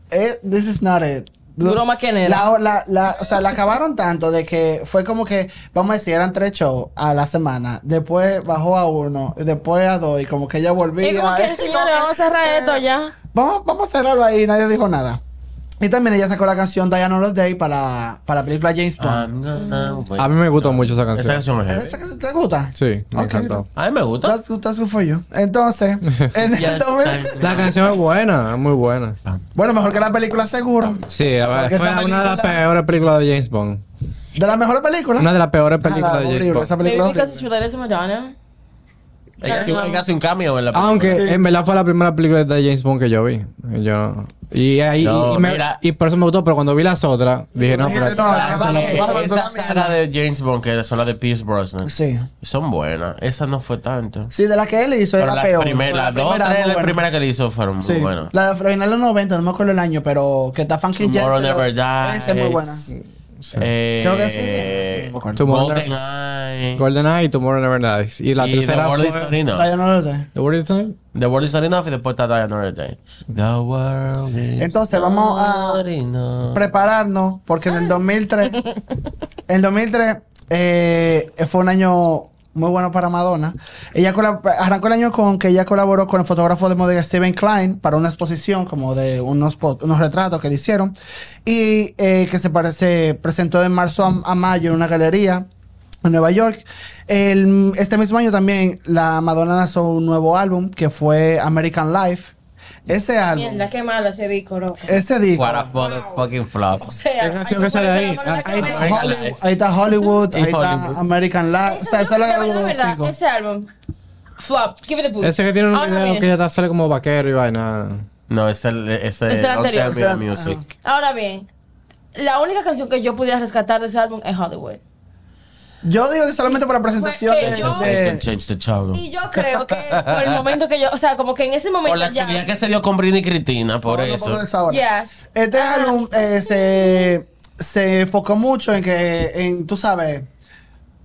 B: eh, this is not it.
C: Duró más que nena.
B: La, la, la- o sea, la acabaron tanto de que fue como que, vamos a decir, eran tres shows a la semana. Después bajó a uno, y después a dos, y como que ella volvía.
C: Y como
B: y [LAUGHS]
C: que, señores,
E: eh,
C: vamos a cerrar esto ya.
B: Vamos, vamos a cerrarlo ahí, nadie dijo nada. Y también ella sacó la canción Diana Another Day para, para la película James
E: Ah,
B: Bond.
D: I'm gonna wait.
E: A mí me gustó mucho esa
D: Esa
E: canción.
D: canción es heavy.
B: ¿Esa que te gusta?
E: Sí, me
B: Ok.
E: encantó.
D: A mí me gusta.
B: That's good, that's good for you. Entonces, en el
D: Yes,
B: 2000
D: I'm-
E: La canción es buena, es muy buena.
D: Ah.
B: Bueno, mejor que la película seguro.
E: Sí, la verdad,
B: Porque
E: fue
B: esa
E: una de las
B: película-
E: peores películas de James Bond.
B: De la mejor película.
E: Una de las peores
B: Ah,
E: películas de James
B: horrible, esa
E: Bond.
B: película.
C: Maybe because it's
B: horrible.
C: related to Madonna.
D: Ella hace- ella hace un cambio en la película.
E: Aunque en verdad fue la primera película de James Bond que yo vi. Yo, y, ahí-
D: No,
E: y, me-
D: mira.
E: y por eso me gustó, pero cuando vi las otras, dije, no,
B: Dije,
E: pero
B: no,
D: Ah,
B: esa
D: sí,
B: no, esa
D: Esa
B: no,
D: saga de James Bond, que son las de Pierce Brosnan,
B: Sí.
D: son buenas. Esa no fue tanto.
B: Sí, de la que él hizo
D: Pero
B: era
D: las
B: la peor.
D: primeras,
B: La
D: las dos,
B: primera,
D: tres,
B: muy
D: la
B: buena.
D: primera que le hizo fueron muy
B: Sí.
D: buenas.
B: La de final de los 90, no me acuerdo el año, pero que está funky
D: Tomorrow
B: Jazz,
D: Never
B: pero-
D: Dies.
B: Esa es muy buena.
D: Eh,
B: Creo que sí, sí. No me acuerdo.
E: Tomorrow
D: Golden Eye.
E: GoldenEye y Tomorrow Never Dies. Y la
D: y The
E: tercera
D: World
E: fue...
D: is Not Enough.
B: Diana Another Day.
E: The World is Not-
D: The World is Not Enough y después está Die Another Day. The World is
B: Entonces, vamos a-
D: Not Enough.
B: Prepararnos, porque en el 2003, en el 2003 eh, fue un año muy bueno para Madonna. Ella colab- arrancó el año con que ella colaboró con el fotógrafo de moda Steven Klein para una exposición como de unos, po- unos retratos que le hicieron y eh, que se, pare- se presentó de marzo a, a mayo en una galería en Nueva York. El- este mismo año también la Madonna lanzó un nuevo álbum que fue American Life. Ese álbum,
C: Mierda, qué malo ese disco, loco.
B: ese disco.
D: What a motherfucking flop.
C: O sea,
E: Eh, ¿Qué canción
C: hay
E: que sale
C: ponerse
E: ahí?
C: la mano en la
E: Ah,
B: Ahí
C: cabeza.
D: American
B: está, Hollywood,
D: Life.
B: ahí está Hollywood,
D: Y
B: ahí
D: Hollywood.
B: está American Life. O
C: Ese
B: sea, eso
C: álbum,
B: es lo que
C: de verdad, de verdad,
B: digo,
C: ese álbum. Flop, give it a push.
E: Ese que tiene un
C: Ahora
E: video
C: Ah, bien,
E: que ya está sale como vaquero y vaina.
D: No, es el, es el,
C: Es el anterior.
D: Ultra Beat
B: Exacto.
D: Music.
C: ahora bien, la única canción que yo pudiera rescatar de ese álbum es Hollywood.
B: Yo digo que solamente para presentación
C: Pues que
B: de-
C: yo-
B: de-
D: Eso es Change the Channel.
C: Y yo creo que es por el momento que yo, o sea, como que en ese momento
D: Por la
C: ya.
D: chilea que se dio con Britney y Cristina, por
B: No, no
D: eso.
B: puedo desahogar.
C: Yes.
B: Este álbum eh, se, se enfocó mucho en que, en, tú sabes,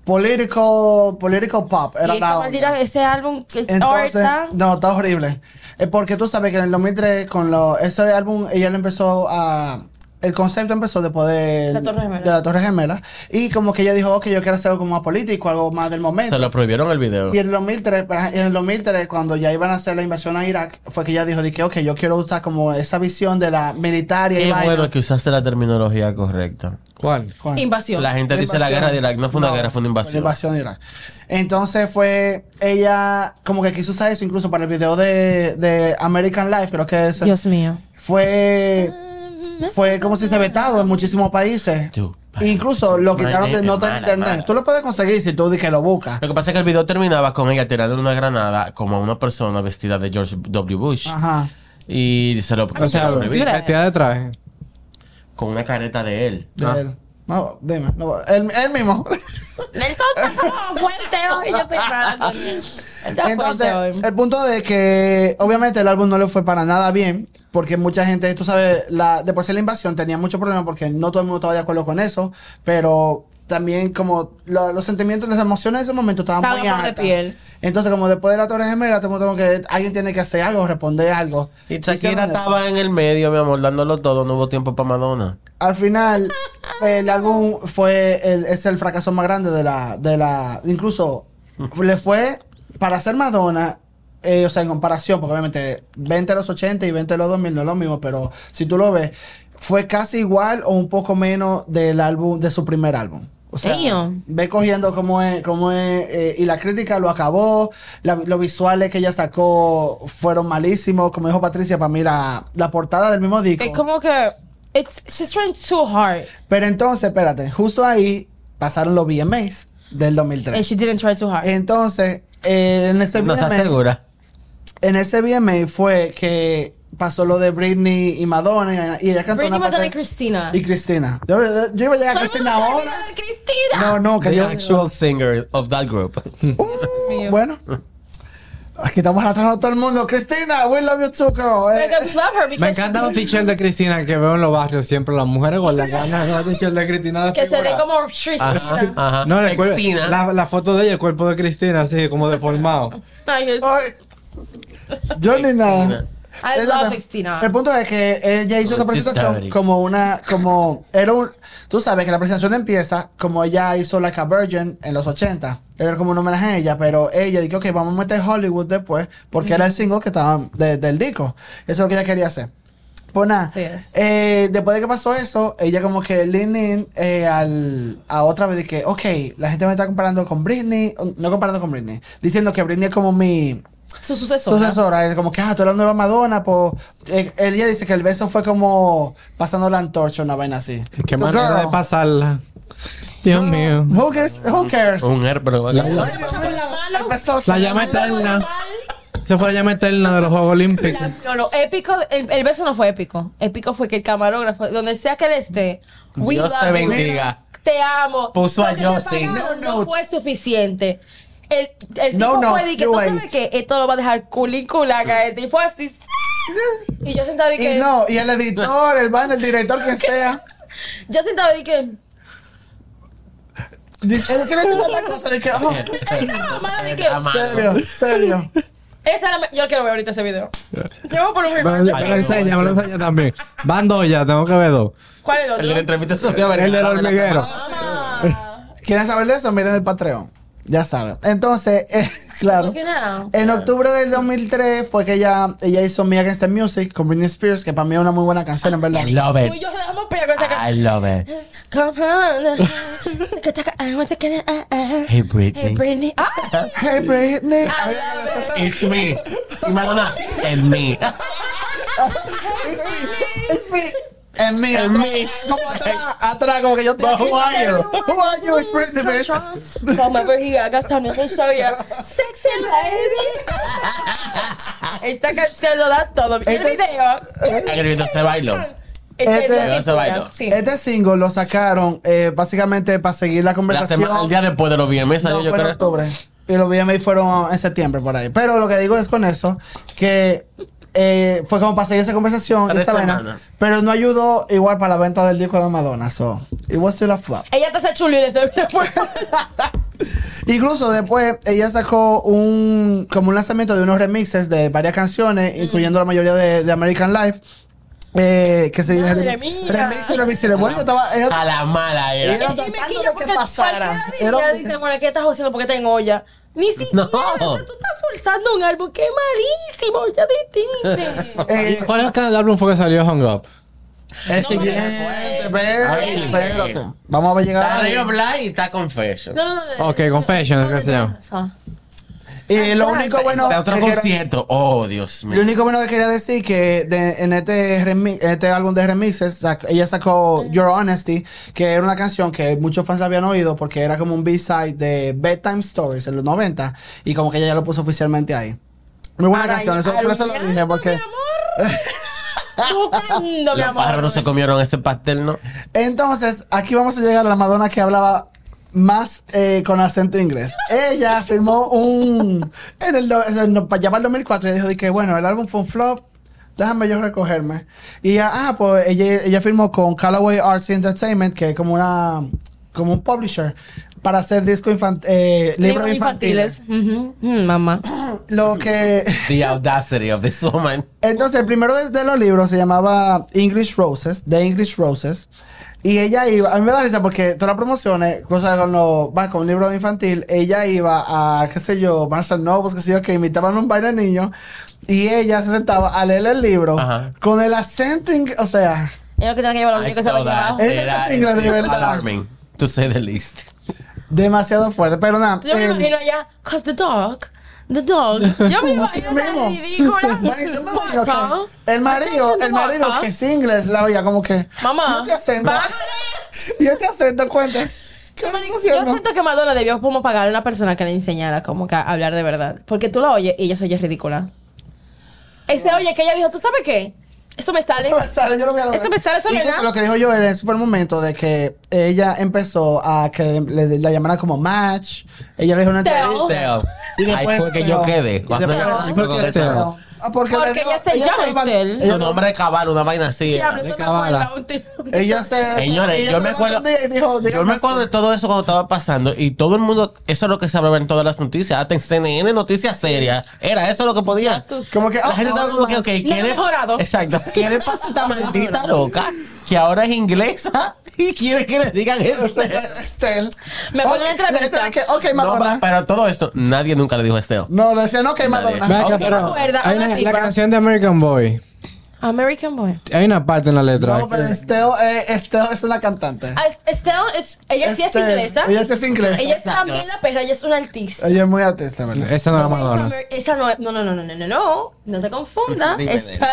B: political, political pop. Era
C: Y esa
B: la
C: maldita,
B: onda.
C: ese álbum que ahora
B: Entonces,
C: está-
B: no, está horrible. Eh, porque tú sabes que en el 2003, con lo, ese álbum, ella le empezó a... El concepto empezó después de,
C: La Torre Gemela.
B: de la Torre Gemela. Y como que ella dijo, ok, yo quiero hacer algo más político, algo más del momento.
D: Se lo prohibieron el video.
B: Y en el 2003, para- en el 2003, cuando ya iban a hacer la invasión a Irak, fue que ella dijo, dije, ok, yo quiero usar como esa visión de la militar y
D: Qué
B: vaina".
D: bueno que usaste la terminología correcta.
E: ¿Cuál?
B: Juan.
C: Invasión.
D: La gente dice la
B: Invasión.
D: guerra de Irak. No fue una guerra, fue una invasión.
B: de Irak. Entonces fue ella como que quiso usar eso incluso para el video de, de American Life, creo que es.
C: Dios mío.
B: Fue fue como si se vetado en muchísimos países.
D: Tú.
B: Incluso lo
D: My
B: quitaron de
D: name is
B: nota en
D: Mara,
B: internet.
D: Mara.
B: Tú lo puedes conseguir si tú di que lo buscas.
D: Lo que pasa es que el video terminaba con ella tirando una granada como a una persona vestida de George W. Bush.
B: Ajá.
D: Y se
C: Ah,
D: lo
E: O sea,
D: se lo prohibieron
E: vestida de traje.
D: con una careta de él.
B: De él. No, dime. no, él, él mismo. [LAUGHS]
C: Nelson está como fuerte hoy. Yo estoy rara con él. Está
B: Entonces,
C: fuerte hoy.
B: el punto de que obviamente el álbum no le fue para nada bien, porque mucha gente, tú sabes, la, de por sí la invasión tenía mucho problema porque no todo el mundo estaba de acuerdo con eso, pero también como lo- los sentimientos, las emociones de ese momento estaban
C: Estaba
B: muy
C: a flor de
B: altas.
C: piel.
B: Entonces, como después de la Torre Gemela, todo el mundo como que alguien tiene que hacer algo, responder algo.
D: Y
B: Hicieron
D: Shakira
B: eso.
D: estaba en el medio, mi amor, dándolo todo. No hubo tiempo para Madonna.
B: Al final, el álbum fue el, es el fracaso más grande de la, de la. Incluso le fue para ser Madonna. eh, o sea, en comparación, porque obviamente 20 a los 80 y 20 a los 2000 no es lo mismo, pero si tú lo ves, fue casi igual o un poco menos del álbum, de su primer álbum. O sea,
C: Damn.
B: ve cogiendo cómo es, cómo es, eh, y la crítica lo acabó, la- los visuales que ella sacó fueron malísimos, como dijo Patricia, para mí la, la portada del mismo disco.
C: Es como que. It's, she's trying too hard.
B: Pero entonces, espérate, justo ahí pasaron los VMAs del
C: And
B: 2003.
C: Eh, she didn't try too hard.
B: Entonces, eh, en, ese
D: ¿No estás
B: VMA,
D: segura?
B: en ese VMA fue que pasó lo de Britney y Madonna y ella cantó
C: Britney,
B: una parte
C: Madonna y Cristina.
B: y Cristina. Yo, yo iba a llegar a
C: Todo el
B: Cristina
C: mundo se olvida
B: ahora.
C: de Cristina.
B: No, no, que
D: The
B: yo
D: actual singer of that group.
B: Uh, bueno. Aquí estamos atrás a todo el mundo. Cristina, we love you too, girl. Eh,
C: Like, we love her because
E: Me encanta un
C: she-
E: t-shirt de Cristina que veo en los barrios siempre. Las mujeres con las ganas de un t-shirt de Cristina. de
C: Que se ve
E: figura.
C: como Cristina.
D: [LAUGHS] Ajá.
E: No, el cuer-
D: Cristina.
E: la, la foto de ella, el cuerpo de Cristina, así como deformado.
C: Ay, es-
B: ay. Yo ni nada.
C: I
B: Entonces,
C: love Cristina.
B: El punto es que ella hizo esta
D: Oh, She's
B: presentación
D: dirty.
B: como una, como, era un, tú sabes que la presentación empieza como ella hizo Like a Virgin en los 80. Era como un homenaje a ella, pero ella dijo, ok, vamos a meter Hollywood después, porque era el single que estaba de- del disco. Eso es lo que ella quería hacer. Pues nada,
C: Así es.
B: eh, después de que pasó eso, ella como que lean in eh, al, a otra vez de que, ok, la gente me está comparando con Britney, no comparando con Britney, diciendo que Britney es como mi,
C: Su sucesora.
B: sucesora. Es como que, ah, tú eres la nueva Madonna. Pues, ella dice que el beso fue como pasando la antorcha, una vaina así.
E: [LAUGHS]
B: Pues,
E: Qué
B: Girl,
E: manera de pasarla. Dios mío.
B: Who cares? Who cares?
D: Un herpro.
E: La,
C: Empezamos la mala,
B: Empezó
E: Oh. la llama eterna. Se fue la llama eterna de los Juegos Olímpicos.
C: No, lo épico, el, el beso no fue épico. Épico fue que el camarógrafo, donde sea que él esté, we
D: Dios
C: love
D: te
C: you.
D: bendiga.
C: Te amo.
D: Puso
C: Lo
D: a
C: que te
D: Justin.
C: pagaron
B: No
C: No fue
B: notes.
C: suficiente. El, el
B: No
C: tipo fue
B: notes,
C: de que
B: you
C: tú sabes
B: ain't.
C: que esto lo va a dejar culiculaga este. Y fue así. Y yo sentado de
B: Y
C: que.
B: no, y el editor, el banner, el director, quien sea.
C: Yo sentado de que.
B: Dice, ¿Qué le digo otra cosa? Dije, oh,
C: Estaba mala de que.
D: Está mal.
B: serio, serio.
C: Esa era, yo quiero ver ahorita ese video. Yo voy por un
E: Me lo,
C: review.
E: me lo enseña, me lo enseña también. Van dos ya, tengo que ver dos.
C: ¿Cuál es el
D: El de la
C: otro?
D: entrevista Sofía
E: El del hormiguero.
C: Ah,
B: ¿Quieren saber de eso? Miren el Patreon. Ya saben. Entonces, [LAUGHS] eh, claro.
C: Look it now.
B: En octubre del 2003 fue que ella, ella hizo Me Against the Music con Britney Spears, que para mí es una muy buena canción, en verdad.
D: I love
C: Tú y
D: it.
C: yo dejamos pelear con esa canción.
D: I love it.
C: Come on. Taka, taka, I want to get it. uh, uh.
D: Hey, Britney.
C: Hey, Britney. Ah.
B: Hey Britney.
D: [LAUGHS] It's me. Y Madonna, it's me.
B: It's me. It's me. And me. atrás,
D: me.
B: Como atrás, atrás, como que yo estoy
D: But who
B: aquí.
D: are you?
B: Who are you, it's Principal?
C: Come over here, I got something to show you. Sexy lady. Esta canción lo da todo. Y el
B: Este es-
C: video.
D: En el video se bailó.
C: es el
B: Este-
C: de
D: Pero se
C: cintura,
D: bailó.
C: sí.
B: Este single lo sacaron eh, básicamente para seguir la
D: La
B: conversación.
D: semana, el día después de los viernes
B: No,
D: salió yo
B: fue en
D: creo.
B: octubre. Y los VMA fueron en septiembre por ahí. Pero lo que digo es con eso, que eh, fue como para seguir esa conversación,
D: Tres
B: esta vaina,
D: semanas.
B: Pero no ayudó igual para la venta del disco de Madonna. So, it was still a flop.
C: Ella te hace chulo y le sirve
B: Incluso después ella sacó un como un lanzamiento de unos remixes de varias canciones, incluyendo la mayoría de, de American Life. eh, que se
C: Madre
B: rem-
C: mía.
B: remixes, remixes. Bueno, yo estaba. eh, ella-
D: A la mala
B: ella
D: era.
B: estaba
C: Y me
B: tratando
C: quilla
B: de que
C: porque
B: pasara.
C: cualquiera diría,
B: Era-
C: dice, bueno, ¿qué estás haciendo? Porque tengo olla. Ni siquiera, o sea, tú estás forzando un álbum que es malísimo, ya distinto.
B: [LAUGHS] Eh,
E: ¿Cuál es el can- álbum fue que salió Hung Up?
B: El siguiente.
D: Ay,
B: espérate, eh, espérate. Vamos a llegar.
D: Está
B: ahí.
D: Rio Bly y está Confession.
C: No, no, no. no.
E: Ok, Confession, ¿qué se llama?
C: Eso.
B: Y lo único bueno.
D: Está otro
B: que quiero-
D: concierto. Oh, Dios
B: Lo
D: mío.
B: único bueno que quería decir que de- en, este remi- en este álbum de remixes, sac- ella sacó Your Honesty, que era una canción que muchos fans la habían oído porque era como un B-side de Bedtime Stories en los 90 y como que ella ya lo puso oficialmente ahí. Muy buena
C: Ay,
B: canción, Ah, eso, por eso lo dije,
C: arruinando,
B: porque...
C: mi
B: [LAUGHS]
C: amor. Tocando, mi
D: Los pájaros
C: amor.
D: se comieron este pastel, ¿no?
B: Entonces, aquí vamos a llegar a la Madonna que hablaba más eh, con acento inglés. Ella firmó un... En el, do- en el- para allá para el 2004, ella dijo de que, bueno, el álbum fue un flop, déjame yo recogerme. Y ella, ah, pues ella, ella firmó con Callaway Arts Entertainment, que es como una... como un publisher, para hacer disco infan- eh, libros infantiles.
C: Ujú. Mm, Mamá.
B: Lo que...
D: The audacity of this woman.
B: Entonces, el primero de, de los libros se llamaba English Roses, The English Roses. Y ella iba, a mí me da risa porque todas las promociones, cosas con los, va, con un libro infantil, ella iba a, qué sé yo, Marshall Novels, qué sé yo, que imitaban un baile de niño. Y ella se sentaba a leer el libro
D: Ajá.
B: con el acento, ing- o sea,
C: Es lo que tengo que llevar los niños que se van a
B: Ese está en inglés, de verdad.
D: alarming, to say the least.
B: demasiado fuerte. Pero nada.
C: Yo me
B: eh,
C: imagino allá, cause the dog, the dog. Yo
B: [LAUGHS]
C: me
B: Así
C: imagino
B: mismo.
C: esa
B: [LAUGHS]
C: ridícula.
B: Bueno, yo me imagino
C: Guaca.
B: que El marido, el marido que es inglés, la veía como que.
C: Mamá,
B: Yo te acento.
C: bájale.
B: [LAUGHS] Yo te acento, cuenta. ¿Qué me [LAUGHS] estás
C: Yo
B: haciendo?
C: siento que Madonna debió como pagar a una persona que le enseñara como que a hablar de verdad. Porque tú la oyes y ella se oye ridícula. Ese oye que ella dijo, ¿tú sabes qué? Eso me sale.
B: Eso me sale, yo lo voy a lograr.
C: Eso me sale, eso me
B: Incluso
C: da.
B: Lo que dijo yo era, ese fue el momento de que ella empezó a que le- la llamaran como match. Ella le dijo una
C: Teo.
B: entrevista.
D: Teo.
B: Y después
D: Ahí fue que yo
B: Teo.
D: quedé. Cuando
B: después-
D: yo me
B: Teo.
D: acuerdo de
E: Teo.
D: eso.
B: Ah, Porque,
C: Porque
B: le dijo-
C: ella se llama
B: levantó-
C: Estelle.
B: ella-
D: Su nombre es Cabal, una vaina así.
C: Diablo, eso
E: de
C: me acuerda
E: cabala.
C: un tío.
B: Ella se.
D: Señores,
B: ella
D: yo
B: se
D: me
B: levantó
D: acuerdo-
B: un día y dijo,
D: Yo
B: dígame
D: me acuerdo de
B: así.
D: todo eso cuando estaba pasando y todo el mundo, eso es lo que se hablaba en todas las noticias, hasta en CNN, noticias serias, era eso lo que podía.
C: Tú-
B: Como que.
D: La gente estaba como que, ok,
C: No
D: ¿qué
C: ha
D: le-
C: mejorado.
D: Exacto. ¿Qué le pasa a [LAUGHS] esta maldita loca que ahora es inglesa y quiere que le [LAUGHS] digan eso?
B: [LAUGHS] Estel.
C: Me acuerdo de la
B: Ok,
C: entrevista.
B: Estel, que, Ok,
D: No,
B: Madonna.
D: pa- pero todo esto, nadie nunca le dijo a Esteo.
B: No, le decían, ok,
E: Ven
B: Madonna.
E: acá,
D: Ok.
E: pero
C: Recuerda,
E: hay
C: una
E: una-
C: tipa.
E: la canción de American Boy.
C: American Boy.
E: Hay una parte en la letra.
B: No, pero
E: que-
B: Estel, eh, Estel es una cantante.
C: Ah, es- Estelle, es- ella sí es
B: Estel,
C: inglesa.
B: Ella sí es inglesa.
C: Ella es
D: Exacto.
C: también la perra, ella es una artista.
B: Ella es muy artista, ¿verdad?
E: Esa no era
C: Esa
E: Madonna.
C: Amer- Esa no es. No, no, no, no, no, no, no. No te confundas.
D: Dime de eso.
C: Estelle.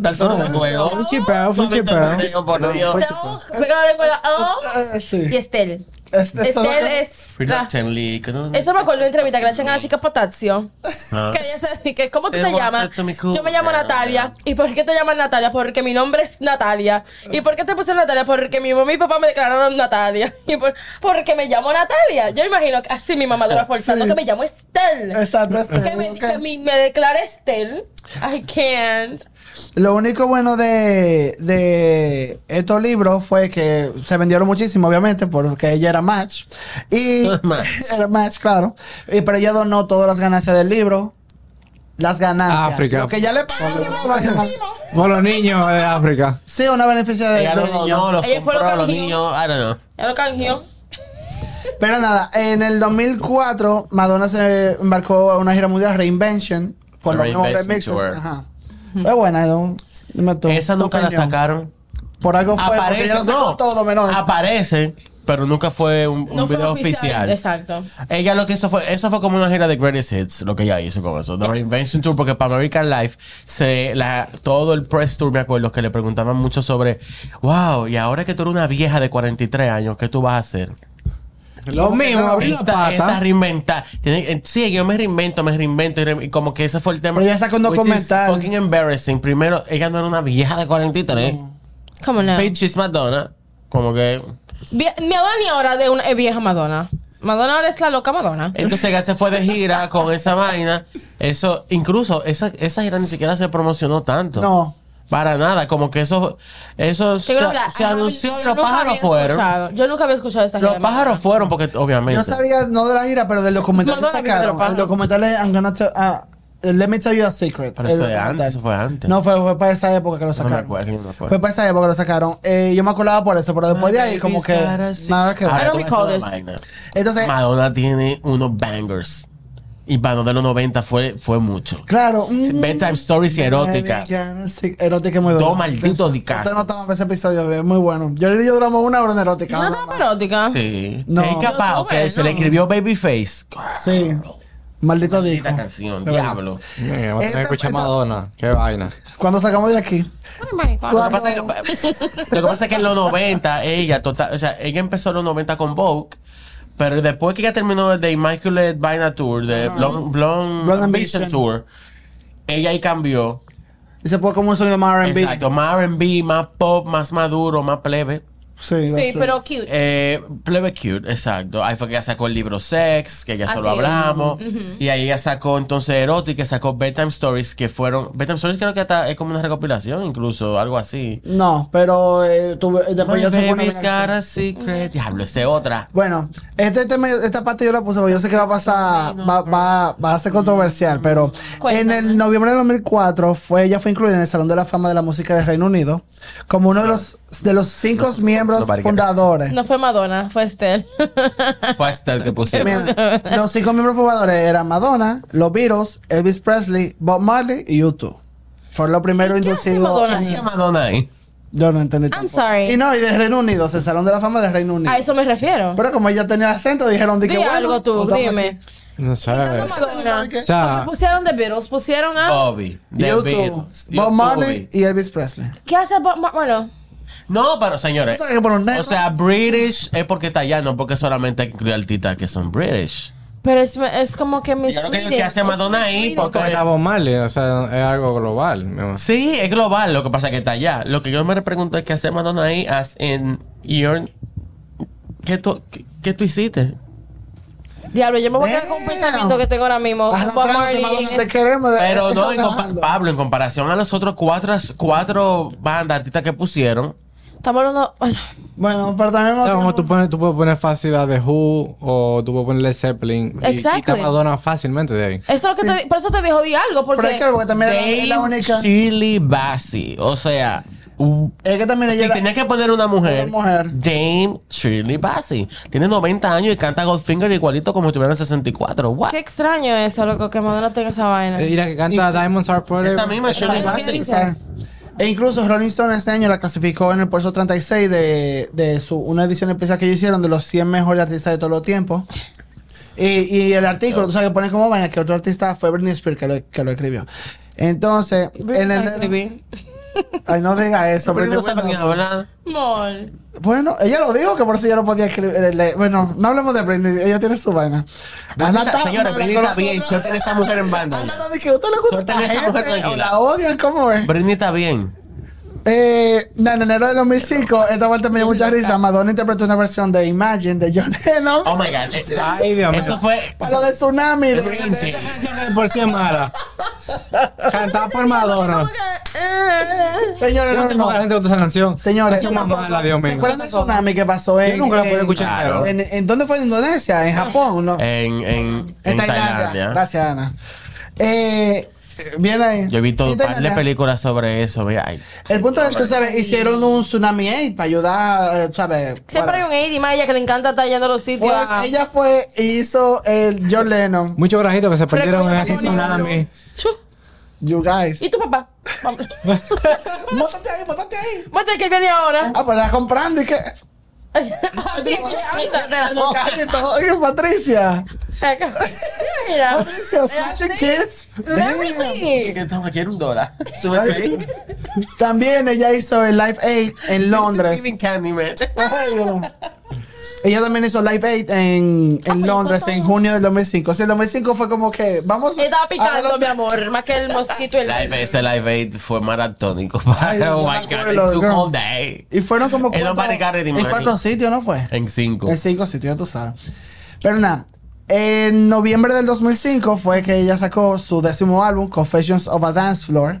D: Tan solo me acuerdo.
E: Un chipeo, fue un
D: Solamente
E: chipeo.
D: me acuerdo, por Dios.
C: Estelle. Pega la lengua la O.
B: Eh, sí.
C: oh.
B: Este,
C: Y Estelle.
B: Es- es-
C: Estelle es.
D: Ah.
C: la-
D: Reluctantly, que no-
C: Eso me acuerdo de una entrevista que le echan a la chica Potasio.
D: Ah.
C: Que ella se que, ¿cómo tú
D: Still
C: te
D: wants
C: llamas?
D: it to be cool.
C: Yo me llamo
D: Yeah.
C: Natalia. ¿Y por qué te llamas Natalia? Porque mi nombre es Natalia. ¿Y por qué te puse Natalia? Porque mi mamá y papá me declararon Natalia. [LAUGHS] ¿Y por, porque me llamo Natalia. Yo imagino que así mi mamá lo forzando
B: Sí.
C: que me llamo Estelle.
B: Exacto, Estel.
C: Que me,
B: ok.
C: que mi- me declare Estelle. I can't.
B: Lo único bueno de, de estos libros fue que se vendieron muchísimo, obviamente, porque ella era match. Y
D: Match.
B: [LAUGHS] era match, claro. Y, pero ella donó todas las ganancias del libro. Las ganancias.
E: África.
B: Lo que ya le pagaron.
E: Por los niños de África.
B: Sí, una beneficia de,
D: Ella no,
B: del
D: no,
B: niño.
D: no, los
C: Ella fue
D: compró,
C: lo
D: los
C: cambió.
D: niños, I don't know.
C: Ya lo canjeó.
B: Pero nada, en el 2004 Madonna se embarcó a una gira mundial Reinvention con los nuevos
D: Reinvention
B: remixes.
D: Tour.
B: Ajá. Fue buena, ¿eh? ¿no? Dime tú,
D: Esa
B: tu
D: nunca la
B: opinión.
D: sacaron.
B: Por algo fue, porque
D: Aparece,
B: ella lo sacó
D: no.
B: todo menos.
D: Aparece pero nunca fue un, un
C: No fue
D: video
C: oficial,
D: oficial.
C: exacto.
D: Ella lo que hizo fue, eso fue como una gira de greatest hits, lo que ella hizo con eso. The
C: Ah.
D: Reinvention Tour, porque para American Life, se, la, todo el press tour, me acuerdo, que le preguntaban mucho sobre, wow, y ahora que tú eres una vieja de 43 años, ¿qué tú vas a hacer?
E: Lo mismo, abrir la
D: Esta, esta
E: pata.
D: reinventa. tiene- eh, sí, yo me reinvento, me reinvento. y re- Y como que ese fue el tema.
B: Pero ya sacó un
D: Which is
B: documental.
D: fucking embarrassing. Primero, ella no era una vieja de 43.
C: ¿Cómo no?
D: Bitch is Madonna. Como que.
C: Vie- Madonna ni ahora de una es vieja Madonna. Madonna ahora es la loca Madonna.
B: [LAUGHS]
D: Entonces ella se fue de gira con esa vaina. Eso, incluso, esa, esa gira ni siquiera se promocionó tanto.
B: No.
D: Para nada. Como que eso. Eso
C: Te
D: se,
C: quiero hablar.
D: se
C: Ajá,
D: anunció
C: yo
D: y los
C: nunca
D: pájaros
C: había
D: fueron.
C: escuchado. Yo nunca había escuchado esta
D: Los
C: gira de
D: pájaros fueron porque, obviamente.
B: Yo sabía, no de la gira, pero del documental que
C: Madonna, pero
B: sacaron.
C: paja.
B: El documental es I'm gonna tell- ah, Let me tell you a secret.
D: Pero
B: El
D: eso fue
B: documental.
D: antes, eso fue antes.
B: No, fue, fue para esa época que lo
D: me
B: sacaron.
D: acuerdo, no me acuerdo.
B: Fue para esa época que lo sacaron. Eh, yo me acordaba por eso, pero después de ahí, como que. Nada que ver.
D: Ahora
C: I don't
D: con
C: recall
D: esa
C: this.
D: vaina.
B: Entonces-
D: Madonna tiene unos bangers. Y Madonna de los 90 fue, fue mucho.
B: Claro. mm,
D: Bedtime stories y erótica.
B: American, sí, Erótica es muy
D: Dos
B: duro.
D: malditos dicazos.
B: Ustedes no toman ese episodio, es muy bueno. Yo le digo duramos una hora en erótica.
C: Madonna.
B: nada
C: ¿No
B: más.
C: estaba erótica?
D: Sí.
B: No.
D: Take a bow, que
C: Bueno.
D: se le escribió Babyface.
B: Sí. Maldito disco.
D: Esta canción,
B: De verdad.
D: diablo.
E: Eh, voy a tener que
B: Esta- esta-
E: escuchar Madonna. Qué vaina.
B: Cuando sacamos de aquí.
C: Ay, maricón.
D: Ah, Lo que, pasa es que, lo que pasa es que en los 90, ella, total, o sea, ella empezó en los 90 con Vogue, pero después que ella terminó el de Immaculate Vaina Tour, de Blonde, Blonde,
B: Blonde
D: Ambition
B: Ambition.
D: Tour, ella ahí cambió.
B: Y se puede como un sonido más RB.
D: Exacto, más R&B, más pop, más maduro, más plebe.
B: Sí,
C: Sí,
B: that's
C: pero cute.
D: Eh, plebe cute, exacto. Ahí fue que ella sacó el libro Sex, que ya solo
C: Así es.
D: hablamos. Y ahí ella sacó entonces Erotic, que sacó Bedtime Stories, que fueron... Bedtime Stories creo que hasta es como una recopilación incluso, algo así.
B: true. No, pero eh, tuve- eh, después
D: My
B: yo tengo una
D: baby's
B: bien
D: got
B: así.
D: a secret. Diablo, ese otra.
B: Bueno, este tema- esta parte yo la puse porque yo sé que va a pasar, va, va- va a ser controversial, pero en
C: Cuéntame.
B: el noviembre de 2004 fue, ella fue incluida en el Salón de la Fama de la Música del Reino Unido como uno de los, de los cinco miembros
D: no, marica.
B: fundadores.
C: No fue Madonna, fue Estelle.
D: Fue hasta
B: [LAUGHS]
D: el que pusieron.
B: Mira, los cinco miembros fundadores eran Madonna, los Beatles, Elvis Presley, Bob Marley y YouTube. Fue lo primero
C: ¿Qué hace
B: inducido.
C: Madonna?
D: ¿Qué hacía Madonna ahí?
B: Yo no entendí. tampoco.
C: sorry.
B: Y no, y del Reino Unido, se Salón de la Fama del Reino Unido.
C: [LAUGHS] A eso me refiero.
B: Pero como ella tenía acento, dijeron de que
C: Di
B: bueno.
C: algo tú,
B: pues, estamos
C: dime.
B: aquí.
E: No
C: Quitando
E: sabes.
C: Madonna.
B: ¿Qué? Ah.
E: O sea,
C: Pusieron The Beatles, pusieron a...
D: Bobby. The
B: YouTube,
D: Beatles.
B: Bob
D: YouTube.
B: Marley y Elvis Presley.
C: ¿Qué hace Bob Mar- Bueno,
D: No, pero señores.
B: ¿Tú sabes que por un negro?
D: O sea, British es porque está allá, no porque solamente hay que incluir artistas que son British.
C: pero es, es como que mis...
D: Claro que que hace Madonna ahí, porque
E: Está Bob Marley, o sea, es algo global. mi amor.
D: Sí, es global, lo que pasa es que está allá. Lo que yo me pregunto es qué hace Madonna ahí, as in your- ¿Qué tú, qué, qué tú hiciste?
C: Diablo, yo me voy a quedar con un
B: Damn.
C: pensamiento que tengo ahora mismo.
B: Haz la
C: Bob
B: trampa,
C: Marley
B: Madonna,
C: en
B: te queremos. eh. de-
D: Pero no,
B: [LAUGHS] estamos
D: en compa-
B: trabajando.
D: Pablo, en comparación a los otros cuatro, cuatro bandas, artistas que pusieron,
C: Estamos hablando. Bueno,
B: Bueno, pero también
E: O sea,
B: tenemos-
E: como tú, pones, tú puedes poner fácil a The Who o tú puedes ponerle Zeppelin. Y
C: Exactly.
E: quita Madonna fácilmente de ahí.
C: eso es lo que
B: Sí.
C: te di- por eso te dijo di algo, porque.
B: Pero es que porque también era la- es la
D: Dave
B: única.
D: Shirley Bassey. O sea, u-
B: Es que también ella
D: si
B: era-
D: tenía que poner una mujer,
B: Una mujer.
D: Dame Shirley Bassey. Tiene 90 años y canta Goldfinger igualito como si tuviera 64. What?
C: Qué extraño eso, loco, que Madonna tenga esa vaina.
E: Eh, Y la que canta Diamonds Are Forever.
D: Esa misma Shirley
C: Esa-
D: Bassey.
B: o sea, E incluso Rolling Stone este año la clasificó en el puesto 36 de, de su, una edición especial que ellos hicieron de los 100 mejores artistas de todos los tiempos. Y, y el artículo, tú sabes que pone como vaina que otro artista fue Britney Spears que lo, que lo escribió. Entonces, en
C: Britney
B: el,
C: escribí.
B: ay, no diga eso,
D: Pero
B: Britney
D: no saben
B: Spears.
D: hablar.
C: Mol.
B: Bueno, ella lo dijo que por eso yo no podía escribir. eh, le- bueno, no hablemos de Britney, ella tiene su vaina. Ana
D: Bendita-
B: está
D: Señores,
B: mala
D: Britney
B: con
D: está bien.
B: nosotros.
D: Suelten a esa mujer en banda.
B: Ana está de que usted le gusta
D: Suelten a esa
B: esta
D: mujer
B: gente o
D: tranquila.
B: la odian, ¿cómo es?
D: Britney está bien.
B: Eh, no, en enero de 2005, esta vuelta me dio mucha risa. Madonna interpretó una versión de Imagine de John Lennon.
D: Oh my God. Eh,
E: Ay, Dios mío.
D: Eso fue.
B: Para lo de Tsunami. de-
D: Grinch.
E: Por si es mala. Cantada por Madonna.
B: [LAUGHS] Señores,
E: Yo no sé
B: no,
E: por qué la
B: no.
E: gente gusta esa canción.
B: Señores,
E: es más mala, Dios
B: ¿se
E: mío.
B: acuerdan del tsunami que pasó en.
E: Yo nunca la pude
B: en-
E: escuchar
D: Claro.
E: entero. Ah.
B: en, en- ¿Dónde fue? ¿En Indonesia? ¿En Japón? ¿No?
D: En, en, en
B: en Tailandia.
D: Tailandia.
B: Gracias, Ana. Eh, eh, bien ahí.
D: Yo he visto
B: En
D: un par de
B: Tailandia.
D: películas sobre eso. Mira, ay.
B: El punto es que, ¿sabes? Hicieron un tsunami aid para ayudar, eh, ¿sabes?
C: Siempre hay
B: Para-
C: un Eddie Maya que le encanta estar yendo a los sitios.
B: Pues
C: a-
B: ella fue e hizo el John Lennon.
E: Muchos grajitos que se perdieron en
C: Recuerda
E: ese
C: que no-
E: tsunami.
C: Chu.
B: You guys.
C: ¿Y tu papá?
E: [LAUGHS]
C: Vamos.
B: Mótate ahí, mótate ahí.
C: Mate, que viene ahora.
E: [LAUGHS]
B: Ah, pues la comprando y que.
C: Así que anda.
B: No, todo. Oye, Patricia.
C: Acá. Mira.
B: Patricia, Snatch
C: Ah. sí.
B: Kids.
C: Really?
D: Que toma, quiero un [LAUGHS] dólar.
B: También ella hizo el Live 8 en Londres.
D: Steven Candyman.
B: Ay, Dios. Ella también hizo Live 8 en, en
C: Ah, pues, hizo
B: Londres en
C: todo.
B: junio del 2005. O sea, el 2005 fue como que, vamos
C: Yo estaba picando,
B: adelante.
C: mi amor, más que el mosquito y el
D: Live, ese Live Aid fue maratónico.
B: Ay,
D: [LAUGHS] oh
B: me
D: my God,
B: acuerdo,
D: it took
B: girl.
D: all day.
B: Y fueron como
D: It don't
B: cuatro-
D: matter, Gary, the
B: en
D: money.
B: cuatro sitios, ¿no fue?
D: eh. En cinco.
B: En cinco sitios, ya tú sabes. Pero nada, en noviembre del 2005 fue que ella sacó su décimo álbum, Confessions of a Dance Floor.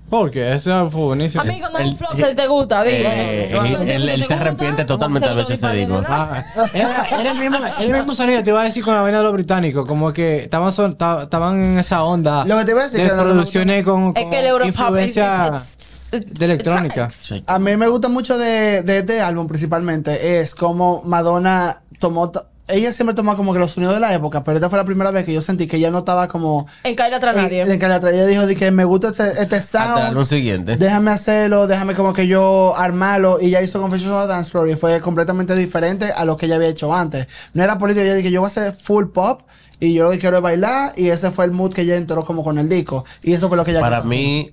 E: Porque ese fue buenísimo.
C: amigo, no es
D: el-
C: un flop, se te gusta, dilo.
D: Eh,
C: No, no,
D: él-
C: no,
D: él-
C: ¿te
D: él se
C: gusta?
D: arrepiente totalmente de haber hecho ese
C: No, no,
D: disco.
C: no, no,
E: Ah, era, era el mismo, era el mismo sonido, te iba a decir con la vaina de los británicos, como que estaban, son- ta- estaban en esa onda
B: Lo que te voy a decir
E: de
B: que no-
E: producciones con,
C: Es
E: con
C: que el Europop es-
E: influencia
C: it's- it's-
E: de electrónica.
D: Sí.
B: A mí me gusta mucho de, de este álbum principalmente es como Madonna tomó, to- ella siempre tomó como que los sonidos de la época, pero esta fue la primera vez que yo sentí que ella no estaba como...
C: [LAUGHS] En caerle atrás a nadie.
B: Eh, En, en que la tra- ella dijo de que me gusta este, este
D: Hasta el álbum
B: sound,
D: siguiente.
B: déjame hacerlo, déjame como que yo armarlo y ya hizo Confessions of a Dance Floor y fue completamente diferente a lo que ella había hecho antes. No era política, ella dije yo voy a hacer full pop y yo lo que quiero es bailar y ese fue el mood que ella entró como con el disco y eso fue lo que ella
D: Para
B: quiso
D: mí,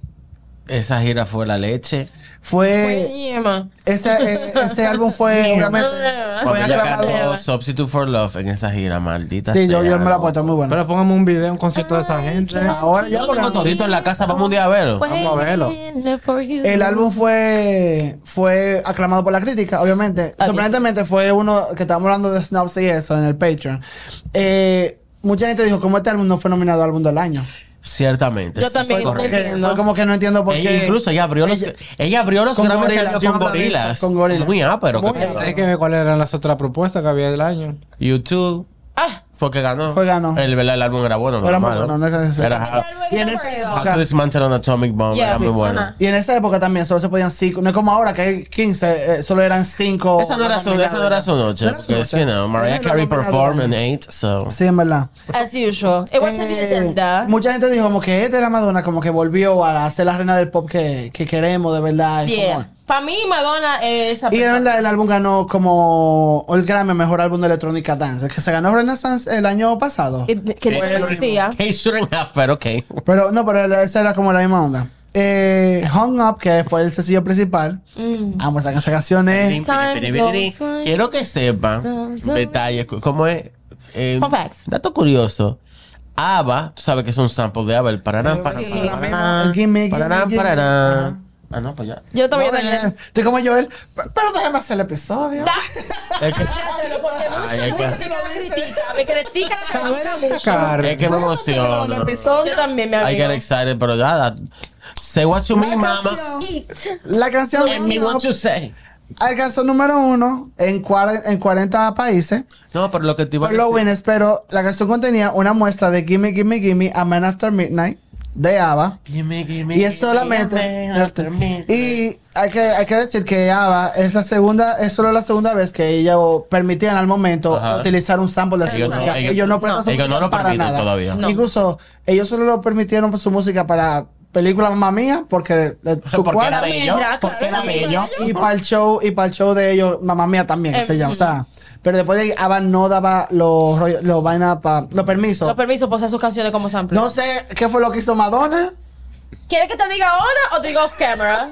D: esa gira fue la leche.
B: hacer. fue
C: Fue ñema.
B: Ese, eh, ese álbum
D: [LAUGHS]
B: fue obviamente Ah, fue
D: Cuando ella
B: aclamado.
D: cantó Substitute for Love en esa gira, maldita
B: Sí, yo,
D: sea,
B: yo me la
D: no.
B: puesto muy bueno.
E: Pero póngame un video, un concierto de esa gente.
B: Ahora ya
D: Yo lo tengo
B: porque
D: todito en la casa, vamos un día a verlo.
C: Pues
E: Vamos a verlo.
B: el álbum fue fue aclamado por la crítica,
C: Ah,
B: obviamente. Sorprendentemente fue uno que estábamos hablando de Snobs y eso en el Patreon. Eh, mucha gente dijo como este álbum no fue nominado al álbum del año.
D: Ciertamente.
C: Yo
D: eso
C: también,
D: fue
C: no
D: correcto.
B: Que
C: Entiendo.
B: fue como que no entiendo por
D: Ella
B: qué.
D: E incluso ella abrió los,
B: Ella-
D: ella abrió los
B: Con
D: Grammys
B: gorilas,
D: con
B: con
D: gorilas.
B: con gorilas.
D: Muy ápero.
B: Muy
D: que
B: ápero.
E: Hay que ver cuáles eran las otras propuestas que había del año.
D: YouTube
C: Ah,
D: fue que ganó.
B: Fue ganó.
D: El, ¿verdad? el álbum era bueno.
B: Era muy
D: malo.
B: bueno, no es que-
D: Era
C: el
D: How,
C: álbum
B: Y en
C: era
B: ese
C: bueno.
D: How to Dismantle an Atomic Bomb.
C: Yeah.
D: era muy
C: Sí,
D: bueno.
C: ajá.
B: Y en esa época también solo se podían cinco, no es como ahora que hay 15, eh, solo eran cinco.
D: Esa no era su, esa no era su noche.
B: No era su
D: Porque,
B: noche.
D: you know, Mariah
B: Ella no
D: Carey
B: era nominada
D: performed
B: al
D: and
B: Grammy.
D: ate, so.
B: Sí, en verdad.
C: as usual. It was a
B: Eh,
C: agenda.
B: Mucha gente dijo como que esta es la Madonna, como que volvió a ser la reina del pop que, que queremos, de verdad. es
C: Yeah.
B: como-
C: Para mí, Madonna es esa
B: Y de
C: persona.
B: verdad el álbum ganó como el Grammy Mejor Álbum de Electrónica Dance, que se ganó Renaissance el año pasado.
C: Que- Que no se conocía.
D: He shouldn't have, but okay.
B: Pero no, pero esa era como la misma onda. Eh, Hung Up, que fue el sencillo principal.
C: Mm.
B: Amo esa- eh. esas canciones.
C: Eh, Time goes like-
D: Quiero que sepan
C: So, so-
D: detalles, cu- cómo es. eh,
C: Fun facts.
D: dato curioso. ABBA, tú sabes que es un sample de ABBA, el pararán, pararán,
C: sí.
D: pararán,
B: misma- Gimme, gimme,
D: pararán,
B: gimme.
D: pararán. Ah, no, pues ya.
C: Yo también
B: No,
C: tenía.
B: eh, Estoy como Joel, pero pero déjame hacer el episodio.
D: [LAUGHS] Es que,
C: Agárratelo, porque mucha
D: Ay, ay,
C: gente
D: claro.
C: que no critica, Me critica la
E: Car-
D: es que me
B: El
D: emociona.
B: episodio.
C: Yo también, mi
D: I get
C: amigo.
D: excited, pero nada. Say what you mean,
B: La
D: mama.
B: canción-
C: Eat.
B: La canción
D: And me
B: Hung
D: what
B: Up
D: you say.
B: alcanzó número uno en, cuar- en 40 países.
D: No, pero lo que te iba a
B: Por los
D: decir.
B: winners, pero la canción contenía una muestra de Gimme, Gimme, Gimme, A Man After Midnight, de ABBA. Y es solamente. Y hay que, hay que decir que Ava es la segunda, es solo la segunda vez que ella o permitían al momento
D: Ajá.
B: utilizar un sample de su
D: Ellos no-
B: música.
D: ellos-
B: ellos no prestan
C: no.
B: su
D: Ellos no
B: música
D: lo
B: para
D: permiten
B: nada.
D: todavía.
C: No.
B: Incluso ellos solo lo permitieron su música para película mamá mía porque eh, su
D: Porque era
B: cuarto
D: bello.
C: Mira,
D: Porque era
C: claro,
D: bello.
B: y para el show y para el show de ellos mamá mía también que
C: Eh,
B: se llama, o
C: mm.
B: sea, pero después de ahí, Ava no daba los rollo- los vainas para los permisos.
C: Los permisos poseen sus canciones como sample.
B: no sé qué fue lo que hizo Madonna. [LAUGHS]
C: ¿Quieres que te diga ahora o te digo off camera?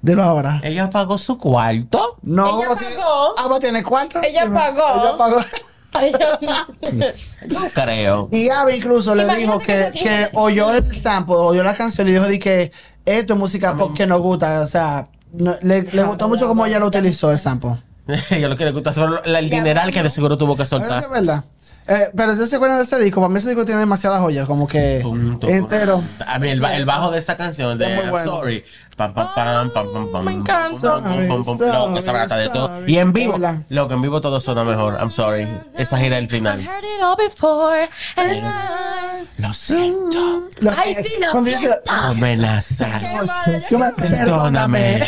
B: Dilo ahora.
D: Ella pagó su cuarto.
B: No,
C: Eh, Ella
B: porque
C: pagó.
B: Ava tiene cuarto.
C: Ella
B: Dime.
C: pagó.
B: Ella pagó.
C: Ay,
D: No creo.
B: Y Abby incluso le
C: Imagínate
B: dijo que,
C: que se
B: que
C: tiene-
B: oyó el sample, oyó la canción y dijo de que esto es música pop que nos gusta. O sea, no- le, le gustó mucho cómo ella lo utilizó el sample.
D: [LAUGHS] Yo lo que le gusta solo la- el
C: Ya
D: dineral que de seguro tuvo que
B: Eso
D: soltar.
B: es verdad. Eh, pero ustedes se acuerdan de ese disco, para mí ese disco tiene demasiadas joyas, como que
D: Punto.
B: entero.
D: A mí el, ba- el bajo de esa canción de
B: Es muy
D: I'm
B: bueno.
D: Sorry. Pam, pam, pam, pam, pam, pam.
C: Me encanta.
D: pam, pam, pam, pam,
B: Sorry,
D: loco, esa barata de
B: sorry.
D: todo. Y en vivo.
B: Hola.
D: Loco, en vivo todo suena mejor. I'm sorry. Esa gira del
C: I
D: final.
C: heard it all before. and I-
D: Lo siento.
B: Lo
C: Ay,
B: sé,
C: sí, lo
B: cuando dice-
C: siento.
D: Amenaza.
C: Qué madre,
B: Yo me-
D: Perdóname.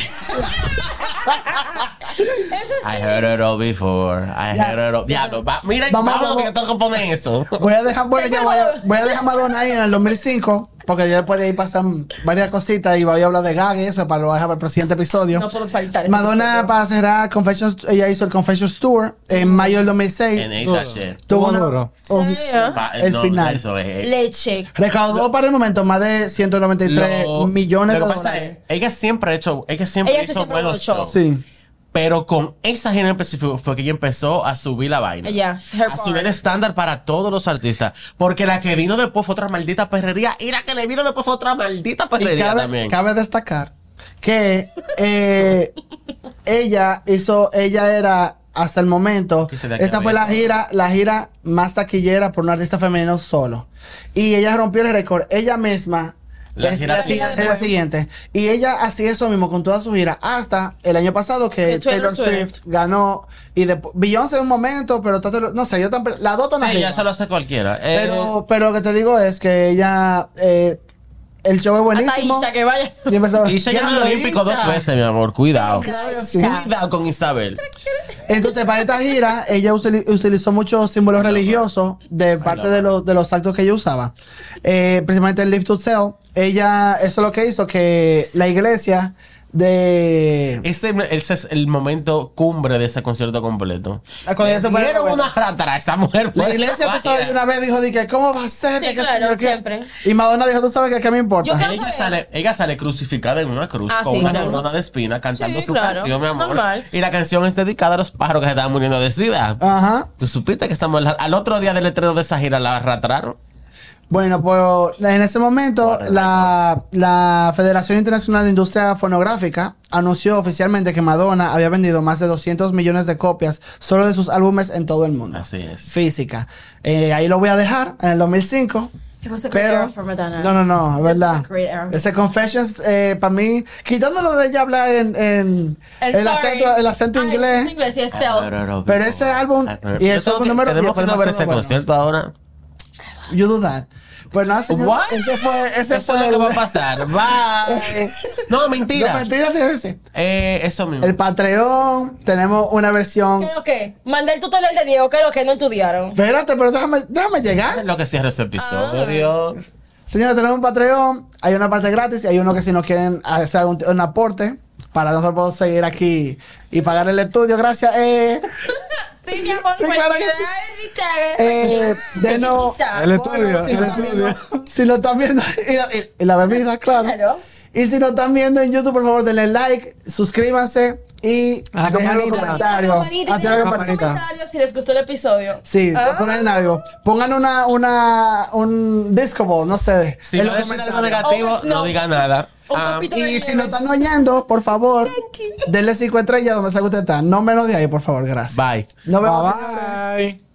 C: Eso
D: I
C: es-
D: heard it all before. I
B: Ya.
D: heard it all. Diablo, va- mira,
B: Vamos,
D: vamos,
B: vamos.
D: que yo tengo que poner eso.
B: Voy a dejar, bueno, ya voy a, voy a dejar Madonna ahí en el 2005, porque ya después de ahí pasan varias cositas y voy a hablar de gag y eso, para lo voy a dejar para el siguiente episodio.
C: No puedo faltar. ese
B: Madonna
C: episodio.
B: para cerrar Confessions, ella hizo el Confessions Tour en mayo del 2006.
D: En esa shit.
B: Tuvo
E: Tuvo
B: una-
E: duro.
B: un-
C: Yeah.
D: Pa-
B: El
D: no,
B: final.
D: eso es- eh,
C: Leche.
B: recaudó para el momento más de 193
D: Lo-
B: millones de
D: lo que pasa
B: dólares.
D: es, ella siempre ha hecho, ella siempre
C: Ella hace
D: hizo
C: siempre
D: buenos
C: buenos shows.
D: shows.
B: sí.
D: Pero con esa gira en específico fue que ella empezó a subir la vaina.
C: Yes, her
D: a subir
C: part.
D: el estándar para todos los artistas. Porque la que vino después fue otra maldita perrería. Y la que le vino después fue otra maldita
B: Y
D: perrería
B: cabe,
D: también.
B: cabe destacar que eh, ella hizo, ella era hasta el momento,
D: Que se le
B: esa
D: acabe
B: fue la
D: eso.
B: gira, la gira más taquillera por un artista femenino solo. Y ella rompió el récord, ella misma.
D: La
B: es-
D: gira
B: la
D: siguiente.
B: gira siguiente. Y ella hacía eso mismo con toda su gira hasta el año pasado que
C: Que
B: Taylor,
C: Taylor
B: Swift,
C: Swift.
B: ganó. Y de, Beyoncé en un momento, pero Taylor- no sé, yo tan, las dos tan
D: Sí,
B: arriba.
D: ya se lo hace cualquiera. Eh,
B: Pero, pero lo que te digo es que ella. eh, el show es
C: Hasta
B: buenísimo.
C: Isha, que vaya.
B: Y empezó,
D: y se
B: "Ya
D: ganó el
B: lo
D: Olímpico
B: hice".
D: dos veces, mi amor.
C: [LAUGHS]
D: Cuidado.
B: Claro que sí.
D: Cuidado con Isabel.
B: Entonces, para esta gira, ella usili- utilizó muchos símbolos religiosos de parte de los, de los actos que ella usaba. Eh, principalmente el Lift to Sell. Ella, eso es lo que hizo, que la iglesia de...
D: Ese, ese es el momento cumbre de ese concierto completo.
B: Ah, cuando ella se fue de
D: Dieron
B: vuelta.
D: una rátara a esa mujer.
B: La iglesia, tú sabes,
D: Vaya.
B: una vez dijo, dije, ¿cómo va a ser?
C: Sí,
B: Que qué sé
C: claro,
B: yo qué".
C: siempre.
B: Y Madonna dijo, ¿tú sabes que qué me importa?
C: Yo creo-
D: Ella
C: saber.
D: sale, ella sale crucificada en una cruz
C: Ah,
D: con
C: sí,
D: una
C: claro.
D: corona de espina cantando
C: Sí,
D: su
C: claro.
D: canción, mi amor.
C: Normal.
D: Y la canción es dedicada a los pájaros que se estaban muriendo de sida.
B: Ajá.
D: ¿Tú supiste que estamos al otro día del estreno de esa gira la arrastraron?
B: Bueno, pues en ese momento la, la Federación Internacional de Industria Fonográfica anunció oficialmente que Madonna había vendido más de 200 millones de copias solo de sus álbumes en todo el mundo.
D: Así es.
B: Física. Eh, ahí lo voy a dejar en el 2005.
C: It was a great
B: Pero,
C: era for Madonna.
B: no, no, no, es
C: This was
B: verdad.
C: a great era.
B: Ese Confessions, eh, para mí, quitándolo de ella hablar en, en
C: El
B: el,
C: sorry.
B: acento, el acento
C: Ay,
B: inglés.
C: inglés y
D: Ah,
C: Estelle.
B: Pero ese álbum y el álbum número diez
D: Tenemos
B: fue
D: que ir a ver
B: demasiado
D: ese
B: bueno.
D: concierto ahora.
B: You do that. Pues nada, señor,
D: What?
B: ese fue, ese
D: Eso
B: fue
D: es lo que va a
B: el- [LAUGHS]
D: pasar. Bye. No, mentira.
B: No, mentira, te dice.
D: Eh, eso mismo.
B: El Patreon, tenemos una versión.
C: ¿Qué es lo que? Mandé el tutorial de Diego, que es lo que no estudiaron.
B: Espérate, pero déjame, déjame llegar.
D: Lo que cierra este
C: Ah.
D: episodio. Dios.
B: Señores, tenemos un Patreon. Hay una parte gratis y hay uno que si nos quieren hacer algún- un, aporte para nosotros poder seguir aquí y pagar el estudio. Gracias. Eh,
C: Sí, mi amor. pues,
B: Sí, claro que sí. eh, denos-
E: El estudio,
B: si
E: el
B: lo están
E: estudio.
B: viendo- Si lo están viendo, y la, y- y la bebida, claro.
C: Claro.
B: Y si lo están viendo en YouTube, por favor, denle like, suscríbanse y
E: A la
B: dejen los
E: campanita.
B: comentarios. Activen la campanita.
C: si les gustó el episodio.
B: Sí,
C: Ah.
B: ponen algo. Pongan una, una, un disco ball, no sé.
D: Si
B: en
D: no
B: los
D: dicen algo
B: comentarios.
D: negativo,
C: Oh,
D: no
C: no.
D: diga nada.
C: Un
D: Ah,
C: poquito de
B: Y si lo
C: nieve.
B: están oyendo, por favor, denle cinco estrellas donde sea que usted está. No menos de ahí, por favor, gracias.
D: Bye.
B: Nos vemos. señores.
E: Bye bye.